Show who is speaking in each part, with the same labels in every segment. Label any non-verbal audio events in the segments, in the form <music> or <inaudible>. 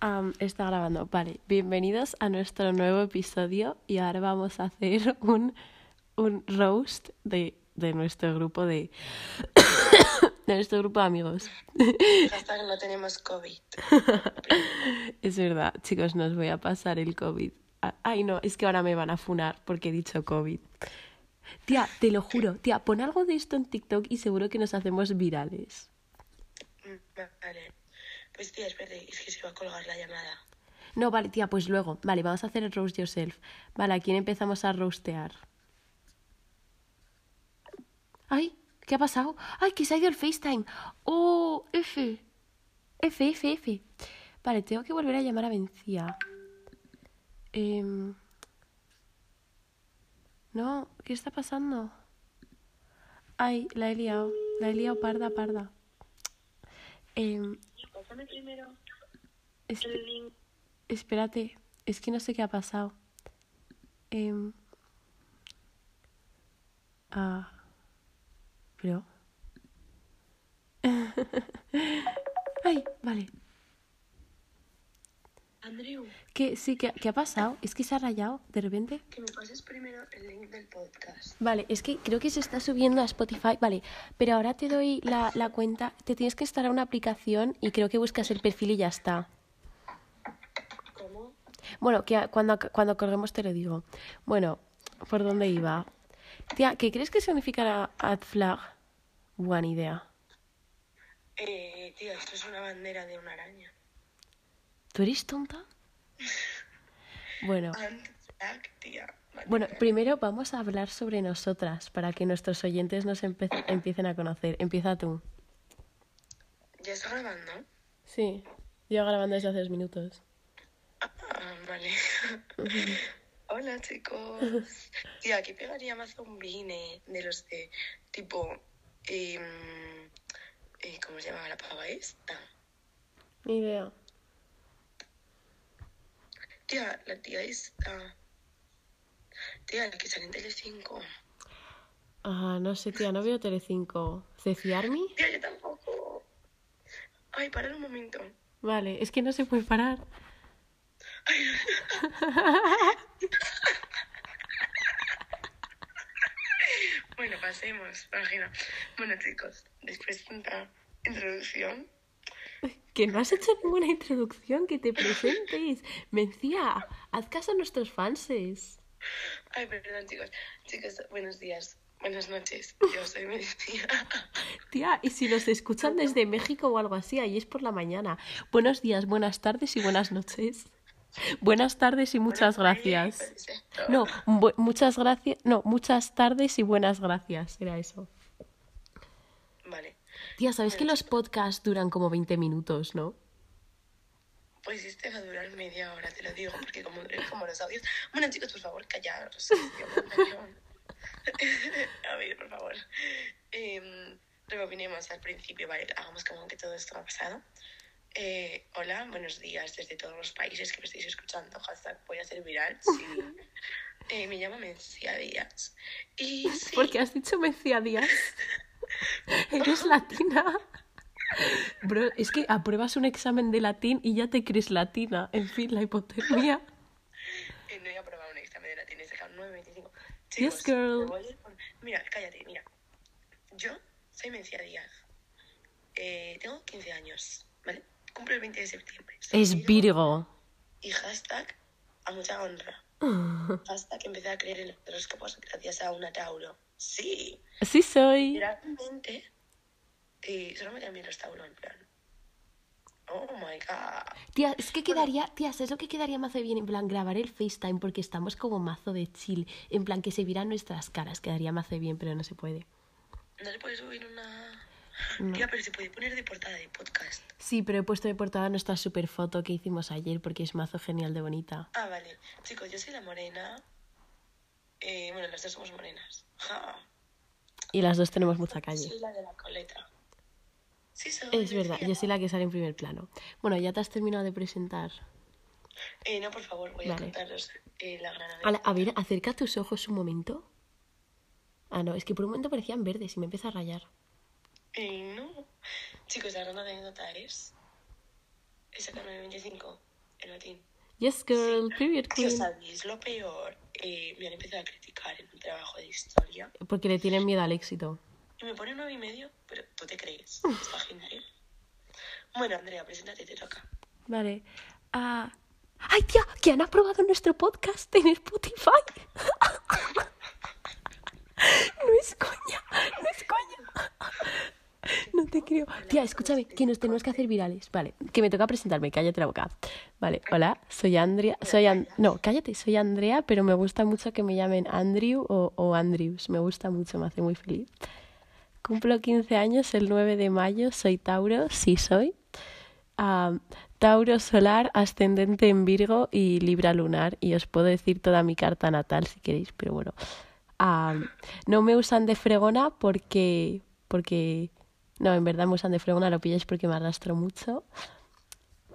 Speaker 1: Am, está grabando. Vale, bienvenidos a nuestro nuevo episodio y ahora vamos a hacer <laughs> un, un roast de, de nuestro grupo de, <coughs> de nuestro grupo de amigos.
Speaker 2: Hasta que no tenemos COVID.
Speaker 1: Es verdad, chicos, nos voy a pasar el COVID. Ah, Ay, no, es que ahora me van a funar porque he dicho COVID. Tía, te lo juro, tía, pon algo de esto en TikTok y seguro que nos hacemos virales.
Speaker 2: Mm, Vale. Pues tía, espérate, es que se va a colgar la llamada.
Speaker 1: No, vale, tía, pues luego. Vale, vamos a hacer el roast yourself. Vale, ¿a quién empezamos a roastear? ¡Ay! ¿Qué ha pasado? ¡Ay, que se ha ido el FaceTime! ¡Oh! F. F, F, F. Vale, tengo que volver a llamar a Vencía. Em, No, ¿qué está pasando? Ay, la he liado. La he liado parda, parda. Em,
Speaker 2: Pásame primero
Speaker 1: es-
Speaker 2: el link.
Speaker 1: Espérate, es que no sé qué ha pasado. Em, Ah. Pero. <laughs> Ay, vale.
Speaker 2: Andrew,
Speaker 1: ¿Qué, sí, ¿qué, qué ha pasado? ¿Es que se ha rayado de repente?
Speaker 2: que me pases primero el link del podcast.
Speaker 1: Vale, es que creo que se está subiendo a Spotify. Vale, pero ahora te doy la, la cuenta. Te tienes que instalar una aplicación y creo que buscas el perfil y ya está.
Speaker 2: ¿Cómo?
Speaker 1: Bueno, que a- cuando, ac- cuando colguemos te lo digo. Bueno, ¿por dónde iba? Tía, ¿qué crees que significará ad flag? Buena idea.
Speaker 2: Eh, tía, esto es una bandera de una araña.
Speaker 1: ¿Tú eres tonta? Bueno,
Speaker 2: And flag, tía. Vale.
Speaker 1: bueno, primero vamos a hablar sobre nosotras para que nuestros oyentes nos empe- empiecen a conocer. Empieza tú.
Speaker 2: ¿Ya está grabando?
Speaker 1: Sí, llevo grabando desde hace dos minutos.
Speaker 2: Ah, vale. Hola, chicos. Tía, aquí pegaría más un vine de los de tipo. em, eh, ¿Cómo se llama la pava esta?
Speaker 1: Ni idea.
Speaker 2: Tía, la tía esta. Tía, la que sale en Tele5.
Speaker 1: Ah, no sé, tía, no veo Telecinco. ¿Ceciarmi?
Speaker 2: Tía, yo tampoco. Ay, parad un momento.
Speaker 1: Vale, es que no se puede parar.
Speaker 2: Bueno, pasemos, página. Bueno, chicos, después de esta introducción.
Speaker 1: Que no has hecho ninguna introducción, que te presentes. Mencía, haz caso a nuestros fanses.
Speaker 2: Ay, perdón, chicos. Chicos, buenos días. Buenas noches. Yo soy Mencía.
Speaker 1: Tía, y si nos escuchan desde México o algo así, ahí es por la mañana. Buenos días, buenas tardes y buenas noches. Buenas tardes y muchas gracias. No, bu- muchas gracias. No, muchas tardes y buenas gracias. Era eso.
Speaker 2: Vale.
Speaker 1: Tía, ¿sabes que los podcasts duran como 20 minutos, no?
Speaker 2: Pues este va a durar media hora, te lo digo, porque como duren como los audios. Bueno, chicos, por favor, callaros. <laughs> a ver, por favor. Eh, rebobinemos al principio, vale, hagamos como que todo esto ha pasado. Eh, hola, buenos días desde todos los países que me estáis escuchando. Hashtag voy a ser viral. Sí. Eh, me llamo Mencía Díaz. Y sí,
Speaker 1: Porque has dicho Mencía Díaz. Eres latina. Bro, es que apruebas un examen de latín y ya te crees latina. En fin, la hipotermia.
Speaker 2: Eh, no he aprobado un examen de latín, he sacado un 9.25.
Speaker 1: Yes,
Speaker 2: Chicos,
Speaker 1: girl.
Speaker 2: me voy a ir por- Mira, cállate, mira. Yo soy Mencía Díaz. Eh, tengo 15 años, ¿vale? Cumplo el 20 de septiembre. Soy
Speaker 1: Es Virgo.
Speaker 2: Y hashtag a mucha
Speaker 1: <laughs>
Speaker 2: honra. Hashtag empecé a creer en los horóscopos gracias a una Tauro. Sí,
Speaker 1: Sí soy.
Speaker 2: literalmente. Y solo me cambié los Tauro en plan. Oh my god.
Speaker 1: Tía, es que quedaría, tía, ¿sabes lo que quedaría mazo de bien? En plan, grabar el FaceTime porque estamos como mazo de chill. En plan, que se vieran nuestras caras. Quedaría mazo de bien, pero no se puede.
Speaker 2: No se puede subir una.
Speaker 1: No.
Speaker 2: Tía, pero se puede poner de portada de podcast.
Speaker 1: Sí, pero he puesto de portada nuestra super foto que hicimos ayer porque es mazo genial de bonita.
Speaker 2: Ah, vale. Chicos, yo soy la morena. Eh, bueno, las dos somos morenas. <laughs> Ja.
Speaker 1: Y las dos tenemos mucha calle.
Speaker 2: Soy la de la coleta. Sí, soy.
Speaker 1: Es verdad,
Speaker 2: Lucía.
Speaker 1: yo soy la que sale en primer plano. Bueno, ya te has terminado de presentar.
Speaker 2: Eh, no, por favor, voy
Speaker 1: Vale.
Speaker 2: a cantaros eh, la gran
Speaker 1: A, la- a ver, acerca tus ojos un momento. Ah, no, es que por un momento parecían verdes y me empieza a rayar.
Speaker 2: Eh, no. Chicos, la gran anécdota es. Exactamente 25 en latín.
Speaker 1: Yes, girl, period
Speaker 2: ¿Qué
Speaker 1: queen.
Speaker 2: sabéis lo peor? Eh, me han empezado a criticar en un trabajo de historia
Speaker 1: Porque le tienen miedo al éxito.
Speaker 2: y me ponen nueve y medio, pero tú te crees, esta gente. Bueno, Andrea, preséntate, te toca.
Speaker 1: Vale. Ah. ¡Ay, tía! Que han aprobado nuestro podcast en Spotify. <laughs> No es coña, no es coña. No te creo. Tía, escúchame, que nos tenemos que hacer virales. Vale, que me toca presentarme, cállate la boca. Vale, hola, soy Andrea. Soy An- no, cállate, soy Andrea, pero me gusta mucho que me llamen Andrew o, o Andrews. Me gusta mucho, me hace muy feliz. Cumplo 15 años el 9 de mayo, soy Tauro, sí soy. Ah, Tauro solar, ascendente en Virgo y Libra lunar. Y os puedo decir toda mi carta natal si queréis, pero bueno. Ah, no me usan de fregona porque. porque. No, en verdad me usan de fregona, lo pilláis porque me arrastro mucho.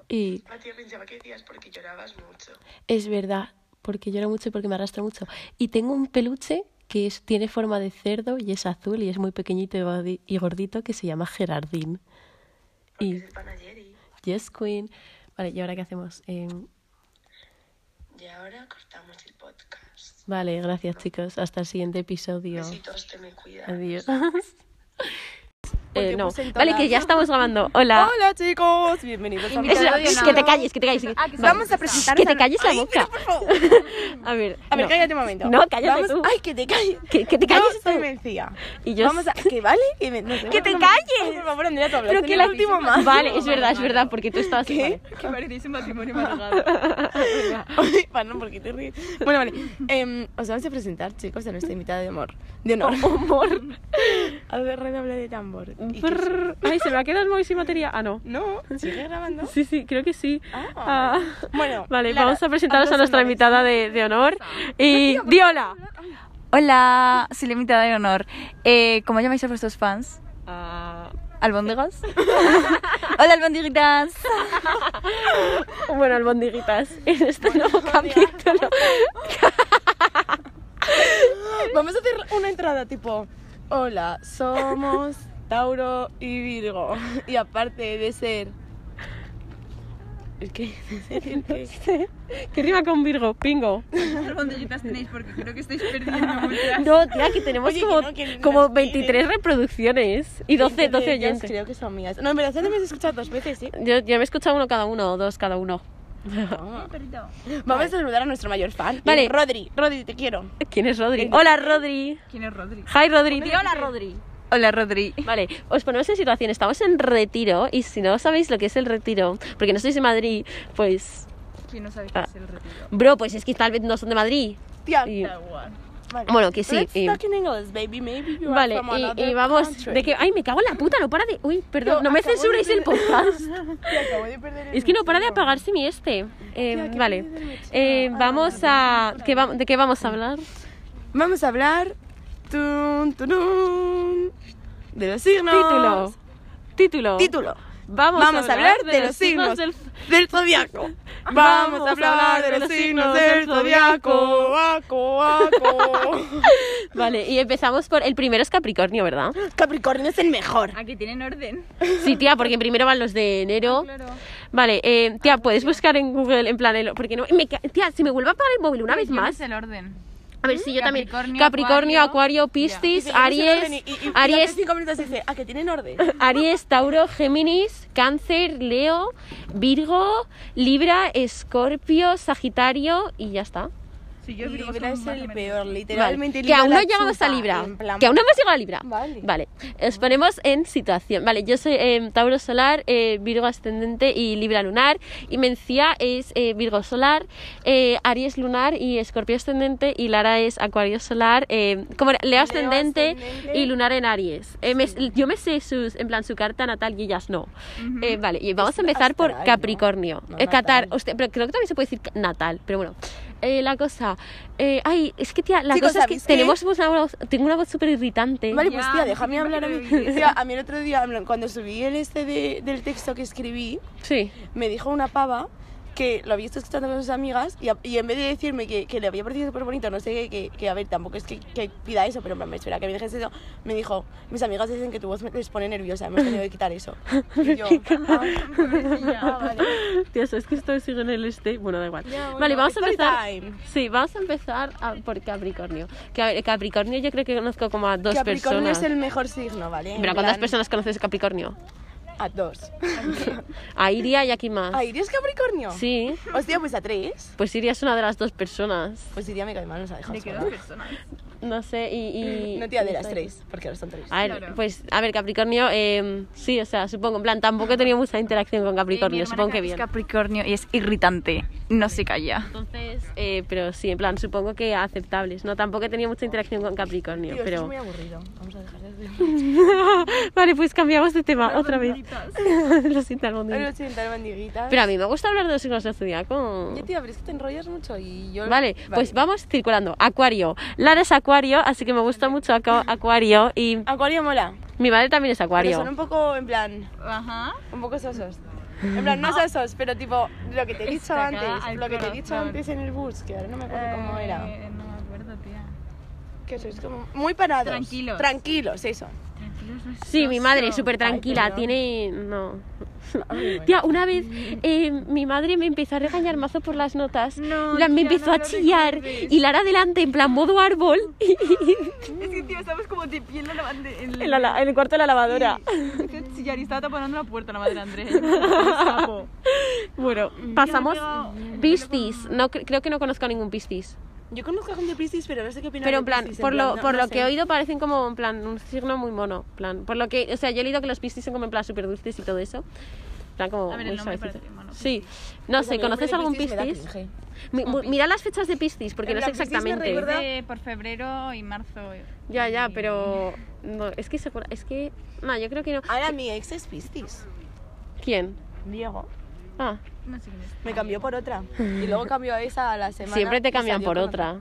Speaker 1: Y
Speaker 2: Ah, tía, pensaba que decías porque llorabas mucho.
Speaker 1: es verdad, porque lloro mucho y porque me arrastro mucho. Y tengo un peluche que es- tiene forma de cerdo y es azul y es muy pequeñito y gordi- y gordito que se llama Gerardín.
Speaker 2: Porque
Speaker 1: Y-
Speaker 2: es el panayeri.
Speaker 1: Yes, Queen. Vale, ¿y ahora qué hacemos? Em,
Speaker 2: Y ahora cortamos el podcast.
Speaker 1: Vale, gracias chicos. Hasta el siguiente episodio.
Speaker 2: Besitos, te me cuidas.
Speaker 1: Adiós.
Speaker 3: <laughs> Porque
Speaker 1: Eh, no.
Speaker 3: puse entonado.
Speaker 1: Vale, que ya estamos grabando. Hola.
Speaker 3: Hola chicos, bienvenidos a
Speaker 1: Es-
Speaker 3: Invitado
Speaker 1: es
Speaker 3: de
Speaker 1: Ah. que te
Speaker 3: honor.
Speaker 1: calles, que te calles.
Speaker 3: Ah, que
Speaker 1: Vale.
Speaker 3: Vamos a presentar
Speaker 1: Que te calles la
Speaker 3: Ay,
Speaker 1: boca.
Speaker 3: pero por
Speaker 1: <laughs>
Speaker 3: favor.
Speaker 1: A ver.
Speaker 3: A ver,
Speaker 1: no.
Speaker 3: cállate un momento.
Speaker 1: No, cállate
Speaker 3: Vamos-
Speaker 1: tú.
Speaker 3: Ay, que te calles.
Speaker 1: Que, que <laughs> te calles.
Speaker 3: Yo soy
Speaker 1: tú.
Speaker 3: Mencía.
Speaker 1: Y yo-
Speaker 3: Vamos a... Que vale, que me- no sé.
Speaker 1: ¡Que te
Speaker 3: Ay,
Speaker 1: calles!
Speaker 3: Por favor, Andrea, tú hablaste
Speaker 1: Pero
Speaker 3: en
Speaker 1: que
Speaker 3: el
Speaker 1: la
Speaker 3: último más.
Speaker 1: Vale, es verdad, es verdad, porque tú estabas.
Speaker 3: ¿Qué?
Speaker 4: Que parecéis
Speaker 3: <laughs>
Speaker 4: un matrimonio amargado.
Speaker 3: Ay, Pano, ¿por qué te ríes? Bueno, vale. Em, os vamos a presentar, chicos, a nuestra invitada de amor. De
Speaker 1: <laughs>
Speaker 3: honor. Humor. A ver, redoble de tambor. ¿Y qué es?
Speaker 4: Prrr. Ay, se me ha quedado el móvil sin batería. Ah, no.
Speaker 3: No, sigue grabando.
Speaker 4: Sí, sí, creo que sí.
Speaker 3: Ah.
Speaker 4: Ah.
Speaker 1: <laughs>
Speaker 3: Bueno,
Speaker 4: Vale,
Speaker 3: Lara,
Speaker 4: vamos a presentaros a
Speaker 3: haznos
Speaker 4: nuestra
Speaker 3: honores.
Speaker 4: invitada de, de honor. Y Diola.
Speaker 5: Hola, soy la invitada de honor. Eh, ¿Cómo llamáis a vuestros fans?
Speaker 3: Ah.
Speaker 5: ¿Albóndigas?
Speaker 4: <laughs>
Speaker 5: Hola, albóndiguitas.
Speaker 1: Bueno, albondiguitas. <laughs> En este nuevo capítulo.
Speaker 3: Vamos a hacer una entrada tipo: Hola, somos Tauro y Virgo. Y aparte de ser. ¿El qué? ¿El qué?
Speaker 4: Que rima con Virgo, pingo. ¿Cuántas bandillitas tenéis? Porque creo que estáis
Speaker 5: <laughs>
Speaker 4: perdiendo muchas.
Speaker 1: No, tía, que tenemos
Speaker 3: Oye, que
Speaker 1: como,
Speaker 3: no, que no
Speaker 1: como
Speaker 3: nos
Speaker 1: 23 reproducciones y 12, 12
Speaker 3: ellas
Speaker 1: oyentes.
Speaker 3: Creo que son mías. No, en verdad, solo me has escuchado dos veces, ¿sí?
Speaker 1: Yo, yo me he escuchado uno cada uno o dos cada uno.
Speaker 3: Vamos a saludar a nuestro mayor fan.
Speaker 1: Vale.
Speaker 3: Eh, Rodri, Rodri, te quiero.
Speaker 1: ¿Quién es Rodri? Hola, Rodri.
Speaker 4: ¿Quién es Rodri?
Speaker 1: Hi, Rodri. Di hola, Rodri.
Speaker 5: Hola, Rodri.
Speaker 1: Vale, os ponemos en situación. Estamos en retiro y si no sabéis lo que es el retiro, porque no sois de Madrid, pues.
Speaker 4: ¿Quién no sabe
Speaker 5: Ah.
Speaker 4: qué es el retiro?
Speaker 1: Bro, pues es que tal vez no son de Madrid.
Speaker 3: Tía,
Speaker 1: Y-
Speaker 3: Vale.
Speaker 1: Bueno, que sí,
Speaker 3: Let's
Speaker 1: y-
Speaker 3: talk in English, baby. Maybe you are
Speaker 1: Vale,
Speaker 3: from
Speaker 1: y,
Speaker 3: another
Speaker 1: y vamos.
Speaker 3: country.
Speaker 1: De que, ay, me cago en la puta, no para de. Uy, perdón,
Speaker 3: Yo
Speaker 1: no me
Speaker 3: acabo de
Speaker 1: censuréis el
Speaker 3: perder- <laughs>
Speaker 1: podcast.
Speaker 3: Tía, acabo de perder el
Speaker 1: Es que no para de
Speaker 3: mechero.
Speaker 1: apagarse mi este. Eh,
Speaker 3: Tía, qué
Speaker 1: vale,
Speaker 3: pedido de mechero.
Speaker 1: Eh,
Speaker 3: Ah,
Speaker 1: vamos a. ¿qué va- ¿De qué vamos a hablar?
Speaker 3: Vamos a hablar. tun, turun, de los signos.
Speaker 1: Título. Título.
Speaker 3: Título.
Speaker 1: Vamos,
Speaker 3: Vamos a hablar de los signos
Speaker 1: del.
Speaker 3: <laughs> Del zodiaco. Vamos a hablar de los signos del zodiaco. Aco, aco.
Speaker 1: Vale, y empezamos por. El primero es Capricornio, ¿verdad?
Speaker 3: <laughs> Capricornio es el mejor.
Speaker 4: Aquí Ah, tienen orden.
Speaker 1: Sí, tía, porque primero van los de
Speaker 3: Ah,
Speaker 5: Oh.
Speaker 1: enero.
Speaker 4: Claro.
Speaker 1: Vale, eh, tía, puedes buscar en Google en plan el- porque no me ca- tía, si me vuelve a apagar el móvil una vez
Speaker 4: ¿Quién es
Speaker 1: más.
Speaker 4: el orden?
Speaker 1: A ver
Speaker 3: Mm,
Speaker 1: si yo también
Speaker 4: Capricornio,
Speaker 1: Capricornio,
Speaker 4: Acuario.
Speaker 1: Acuario, Piscis,
Speaker 3: Dice, "Yo no sé el
Speaker 1: Aries,
Speaker 3: orden", y- y- y hace
Speaker 1: Aries,
Speaker 3: cinco minutos dice, ¿a que tienen <laughs> orden?
Speaker 1: Aries, Tauro, Géminis, Cáncer, Leo, Virgo, Libra, Escorpio, Sagitario y ya está.
Speaker 4: Si yo Virgo
Speaker 3: Libra es
Speaker 4: soy más
Speaker 3: el
Speaker 4: o menos.
Speaker 3: peor, literalmente.
Speaker 1: Vale. Que
Speaker 3: Libra
Speaker 1: aún
Speaker 3: la
Speaker 1: no llegamos a
Speaker 3: chupa,
Speaker 1: Libra.
Speaker 3: en plan-
Speaker 1: Que aún no hemos llegado a Libra.
Speaker 3: Vale.
Speaker 1: Os ponemos en situación. Vale, yo soy eh, Tauro Solar, eh, Virgo Ascendente y Libra Lunar. Y Mencía es eh, Virgo Solar, eh, Aries Lunar y Escorpio Ascendente. Y Lara es Acuario Solar, eh, como era? Leo Ascendente
Speaker 3: ascendente.
Speaker 1: y Lunar en Aries. Eh, me- yo me sé sus, en plan, su carta natal y ellas no. Eh, vale, y vamos a empezar por
Speaker 3: astral, ¿no?
Speaker 1: Capricornio.
Speaker 3: No
Speaker 1: Eh, Catar,
Speaker 3: natal.
Speaker 1: hostia, pero creo que también se puede decir ca- natal, pero bueno. Eh, la cosa, eh, ay, es que tía, la
Speaker 3: Chicos,
Speaker 1: cosa es que
Speaker 3: ¿sabéis
Speaker 1: tenemos
Speaker 3: qué?
Speaker 1: una voz, tengo una voz súper irritante.
Speaker 3: Vale,
Speaker 4: Ya,
Speaker 3: pues tía, déjame
Speaker 4: siempre
Speaker 3: hablar a mí.
Speaker 4: lo dices.
Speaker 3: Tía, a mí el otro
Speaker 4: <laughs>
Speaker 3: día, en plan, cuando subí el este de- del texto que escribí,
Speaker 1: Sí.
Speaker 3: me dijo una pava que lo había estado escuchando con sus amigas y, a- y en vez de decirme que, que le había parecido súper bonito, no sé, qué, que, que, a ver, tampoco es que, que pida eso, pero en plan, me espera que me dejes eso, me dijo, mis amigas dicen que tu voz me- les pone nerviosa, me he tenido que quitar
Speaker 4: <laughs>
Speaker 3: eso. Y yo, "Ah, pobrecilla, ah, vale.
Speaker 4: Dios, es que esto sigue en el este. Bueno, da igual.
Speaker 3: Ya, bueno,
Speaker 4: vale, vamos a
Speaker 3: story
Speaker 4: empezar.
Speaker 3: time.
Speaker 4: Sí, vamos a empezar a- por Capricornio. Que, a ver, Capricornio yo creo que conozco como a dos
Speaker 3: Capricornio
Speaker 4: personas.
Speaker 3: es el mejor signo, ¿vale? En
Speaker 4: Pero ¿a cuántas
Speaker 3: plan,
Speaker 4: personas conoces de Capricornio?
Speaker 3: A dos.
Speaker 4: A Iria y a quién más.
Speaker 3: ¿A Iris Capricornio?
Speaker 4: Sí,
Speaker 3: Hostia, pues a tres.
Speaker 4: pues Iria es una de las dos personas.
Speaker 3: Pues Iria me cae mal, nos ha dejado
Speaker 5: ¿De qué
Speaker 3: sola.
Speaker 5: dos personas?
Speaker 4: No sé, y... y-
Speaker 3: <laughs> No, tía, de las
Speaker 4: sé.
Speaker 3: tres, porque ahora son tres.
Speaker 4: A ver,
Speaker 5: Claro.
Speaker 4: pues, a ver, Capricornio, eh, sí, o sea, supongo, en plan, tampoco he tenido mucha interacción con
Speaker 5: Mi
Speaker 4: Capricornio,
Speaker 5: hermana
Speaker 4: supongo que
Speaker 5: es
Speaker 4: bien.
Speaker 5: Capricornio y es irritante. No se calla.
Speaker 4: Entonces, eh, pero sí, en plan, supongo que aceptables. No, tampoco he tenido mucha interacción con Capricornio,
Speaker 3: Tío, esto es
Speaker 4: pero...
Speaker 3: muy aburrido. Vamos a
Speaker 4: <laughs>
Speaker 3: dejar de
Speaker 4: vale, pues cambiamos de tema otra vez. <laughs> Lo siento, albondiguitas.
Speaker 3: Ahora sí, entrar bandiguitas.
Speaker 4: Pero a mí me gusta hablar de los signos del zodiaco.
Speaker 3: Ya, tía, pero es que te enrollas mucho y yo...
Speaker 4: Vale, pues vamos circulando. Acuario. Lara es Acuario, así que me gusta mucho Acu- Acuario. Y
Speaker 3: Acuario mola.
Speaker 4: mi madre también es
Speaker 3: Pero son
Speaker 4: Acuario.
Speaker 3: un poco, en plan,
Speaker 5: Ajá.
Speaker 3: un poco sosos. En plan,
Speaker 4: Ah.
Speaker 3: no sosos, pero tipo, lo que te he dicho
Speaker 5: Estacada
Speaker 3: antes,
Speaker 5: al
Speaker 3: lo que te he dicho
Speaker 5: corazón.
Speaker 3: antes en el bus, que ahora no me acuerdo cómo era.
Speaker 5: Eh, No me acuerdo, tía.
Speaker 3: Que sois como muy parados.
Speaker 5: Tranquilos.
Speaker 3: Tranquilos, eso.
Speaker 5: Tranquilos, no es
Speaker 4: Sí, mi madre,
Speaker 5: soso.
Speaker 4: súper tranquila,
Speaker 3: perdón.
Speaker 4: tiene... No. <laughs> Tía, una vez eh, mi madre me empezó a regañar mazo por las notas.
Speaker 5: No,
Speaker 4: En plan, me
Speaker 5: tía,
Speaker 4: empezó
Speaker 5: no
Speaker 4: a
Speaker 5: lo
Speaker 4: chillar.
Speaker 5: recuerdes.
Speaker 4: Y Lara adelante, en plan, modo árbol. <laughs>
Speaker 5: Es que, tío, estamos como de pie en la lavanda. En
Speaker 4: En, la la- en el cuarto de la lavadora.
Speaker 5: Empezó a chillar y estaba taponando la puerta la madre de <laughs> Andrés. Sapo.
Speaker 4: Bueno, pasamos.
Speaker 5: Yo no-
Speaker 4: Piscis. No, cre- creo que no conozco a ningún Piscis.
Speaker 3: Yo conozco a gente de Piscis, pero no sé qué opinan
Speaker 4: Pero
Speaker 3: de
Speaker 4: en plan,
Speaker 3: Piscis,
Speaker 4: por lo,
Speaker 3: no-
Speaker 4: por
Speaker 3: no
Speaker 4: lo
Speaker 3: sé.
Speaker 4: que he oído parecen como en plan un signo muy mono. en plan, por lo que, o sea, yo he leído que los piscis son como en plan súper dulces y todo eso. En plan como
Speaker 5: A ver, el
Speaker 4: muy
Speaker 5: nombre
Speaker 4: suavecito.
Speaker 5: parece mono,
Speaker 4: Sí.
Speaker 3: Pues
Speaker 4: No
Speaker 3: a
Speaker 4: sé,
Speaker 3: mí el nombre
Speaker 4: ¿conoces
Speaker 3: de
Speaker 4: algún
Speaker 3: Piscis me da
Speaker 4: piscis?
Speaker 3: cringe.
Speaker 4: Mi- mu- Mira las fechas de piscis porque
Speaker 3: En
Speaker 4: no sé
Speaker 3: plan, Piscis me
Speaker 4: exactamente.
Speaker 3: recuerda-
Speaker 5: De Eh, por febrero y marzo.
Speaker 4: Ya, ya, pero no, es que se acuerda- es que no, yo creo que no.
Speaker 3: Ahora mi ex es Piscis.
Speaker 4: ¿Quién?
Speaker 3: Diego.
Speaker 4: Ah,
Speaker 5: No sé <laughs> quién es.
Speaker 3: Me cambió por otra. Y luego cambió a esa a la semana.
Speaker 4: siempre te
Speaker 3: y
Speaker 4: cambian
Speaker 3: salió
Speaker 4: por
Speaker 3: con
Speaker 4: otra.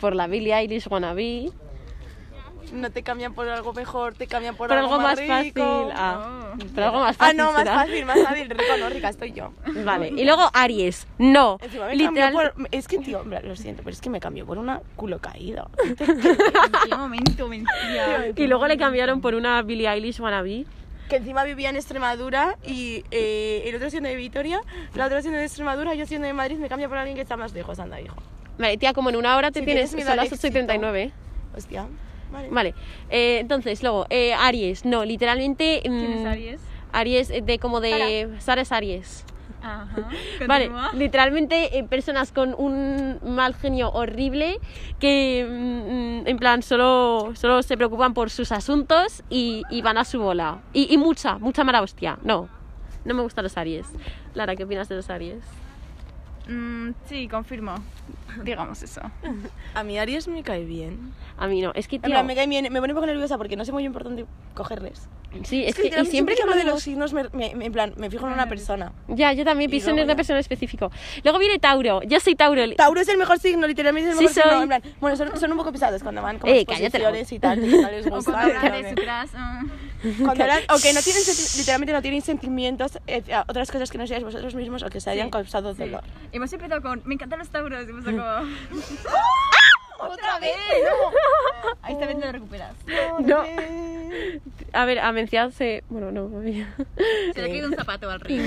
Speaker 4: Por la Billie Eilish wannabe,
Speaker 3: No te cambian por algo mejor, te cambian por,
Speaker 4: por, algo, más
Speaker 3: rico.
Speaker 4: fácil. Ah, por algo más
Speaker 3: Ah,
Speaker 4: fácil.
Speaker 3: no, más
Speaker 4: será.
Speaker 3: fácil, más fácil. Rico, no, rica, estoy yo.
Speaker 4: Vale, y luego Aries. No,
Speaker 3: Encima me
Speaker 4: literal.
Speaker 3: cambió por... Es que, tío, en plan, lo siento, pero es que me cambió por una culo caído.
Speaker 5: ¿En qué momento <laughs> mentía?
Speaker 4: Y luego le cambiaron por una Billie Eilish wannabe.
Speaker 3: que encima vivía en Extremadura y eh, el otro siendo de Vitoria, la otra siendo de Extremadura, yo siendo de Madrid, me cambia por alguien que está más lejos, anda, hijo.
Speaker 4: Vale, tía, como en una hora te
Speaker 3: Si
Speaker 4: tienes,
Speaker 3: tienes miedo
Speaker 4: son
Speaker 3: al
Speaker 4: las 8 y 39.
Speaker 3: Hostia. Vale.
Speaker 4: Vale, eh, entonces, luego, eh, Aries. No, literalmente... mm,
Speaker 5: ¿Quién es Aries?
Speaker 4: Aries, eh, de como de... Sara es Aries.
Speaker 5: Ajá. <laughs>
Speaker 4: Vale,
Speaker 5: Continúa.
Speaker 4: literalmente eh, personas con un mal genio horrible que mm, mm, en plan solo, solo se preocupan por sus asuntos y, y van a su bola. Y, y mucha, mucha mala hostia. No, no me gustan los Aries. Lara, ¿qué opinas de los Aries?
Speaker 5: Mm, sí, confirmo. Digamos eso.
Speaker 3: A mí Aries me cae bien.
Speaker 4: A mí no, es que
Speaker 3: En
Speaker 4: tío,
Speaker 3: plan, me cae bien, me pone un poco nerviosa porque no sé muy bien por dónde cogerles.
Speaker 4: sí, es, que, y
Speaker 3: literalmente
Speaker 4: siempre que Mm.
Speaker 3: hablo de
Speaker 4: hablo-
Speaker 3: los signos, me, me- me- en plan, me fijo en una persona.
Speaker 4: Ya, yo también
Speaker 3: Y
Speaker 4: pienso en
Speaker 3: luego
Speaker 4: una
Speaker 3: ya.
Speaker 4: persona específico. Luego viene Tauro, yo soy Tauro.
Speaker 3: Tauro es el mejor signo, literalmente es el
Speaker 4: Sí,
Speaker 3: mejor signo.
Speaker 4: soy.
Speaker 3: En plan, bueno, son, son un poco pesados cuando van como
Speaker 4: Eh,
Speaker 3: a
Speaker 4: cállate la boca.
Speaker 3: exposiciones y tal, y
Speaker 4: <laughs>
Speaker 3: no les
Speaker 5: O
Speaker 3: gusta.
Speaker 5: cuando hablan de
Speaker 3: pero-
Speaker 5: su crush, ah.
Speaker 3: Cuando eran- o que no tienen, senti- literalmente no tienen sentimientos, eh, a otras cosas que no seáis vosotros mismos o que se hayan
Speaker 5: Sí,
Speaker 3: causado
Speaker 5: Sí.
Speaker 3: dolor.
Speaker 5: Hemos empezado con. Me encantan los tauros. y Hemos acabado. <laughs> ¡Ah! ¡Otra vez! <laughs> Ahí esta vez no lo recuperas.
Speaker 3: <laughs>
Speaker 4: No. A ver, a Mencial se... Bueno, no.
Speaker 5: Se le ha caído un zapato al <laughs> río.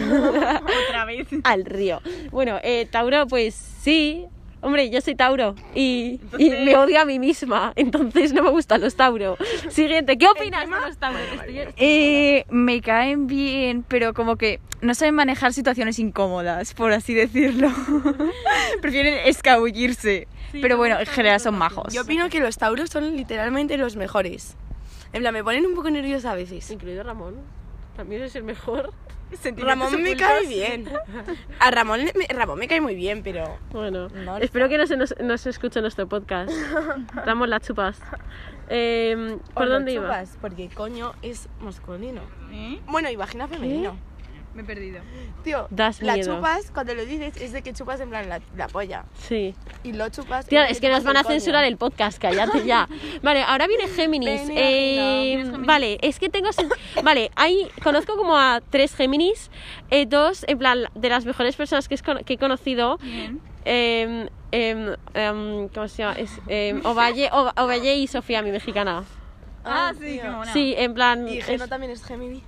Speaker 5: Otra vez.
Speaker 4: Al río. Bueno, eh, Tauro, pues sí. Hombre, yo soy Tauro y, y me odio a mí misma, entonces no me gustan los Tauro. Siguiente, ¿qué opinas de los Tauro? Estoy-
Speaker 5: Eh, me caen bien, pero como que no saben manejar situaciones incómodas, por así decirlo. <laughs> Prefieren escabullirse. pero bueno, en general son majos.
Speaker 3: Yo opino que los tauros son literalmente los mejores. En plan, me ponen un poco nerviosa a veces.
Speaker 4: Incluido Ramón. También es el mejor.
Speaker 3: Ramón me cae bien. A Ramón, le- me- Ramón me cae muy bien, pero...
Speaker 4: Bueno,
Speaker 3: No, no.
Speaker 4: espero que no se nos, no se escuche nuestro
Speaker 3: <laughs>
Speaker 4: podcast. Ramón, la chupas. Eh, ¿Por
Speaker 3: O lo
Speaker 4: dónde iba?
Speaker 3: chupas, Porque coño es masculino.
Speaker 5: ¿Eh?
Speaker 3: Bueno, y vagina femenino.
Speaker 5: Me he <laughs> perdido.
Speaker 3: Tío,
Speaker 4: Das
Speaker 3: la
Speaker 4: miedo.
Speaker 3: chupas, cuando lo dices, es de que chupas en plan la, la polla.
Speaker 4: Sí.
Speaker 3: Y lo chupas.
Speaker 4: Tío,
Speaker 3: de
Speaker 4: es que nos
Speaker 3: chupas
Speaker 4: van
Speaker 3: el
Speaker 4: a censurar
Speaker 3: coño.
Speaker 4: el podcast,
Speaker 3: <laughs>
Speaker 4: cállate ya. Vale, ahora viene Géminis.
Speaker 3: Venga,
Speaker 4: Eh,
Speaker 5: venga. Viene Géminis.
Speaker 4: Vale, es que tengo... sen- Vale, hay, conozco como a tres Géminis, eh, dos, en plan, de las mejores personas que, es con- que he conocido.
Speaker 5: Bien.
Speaker 4: Eh, eh, em, ¿Cómo se llama? Es,
Speaker 3: <laughs>
Speaker 4: eh, Ovalle, Ova- Ovalle y Sofía, mi mexicana.
Speaker 5: Ah,
Speaker 3: Ah,
Speaker 5: sí,
Speaker 3: tío.
Speaker 5: qué mona.
Speaker 4: Sí, en plan...
Speaker 3: Y
Speaker 4: Mm, es-
Speaker 3: Geno también es Gemini.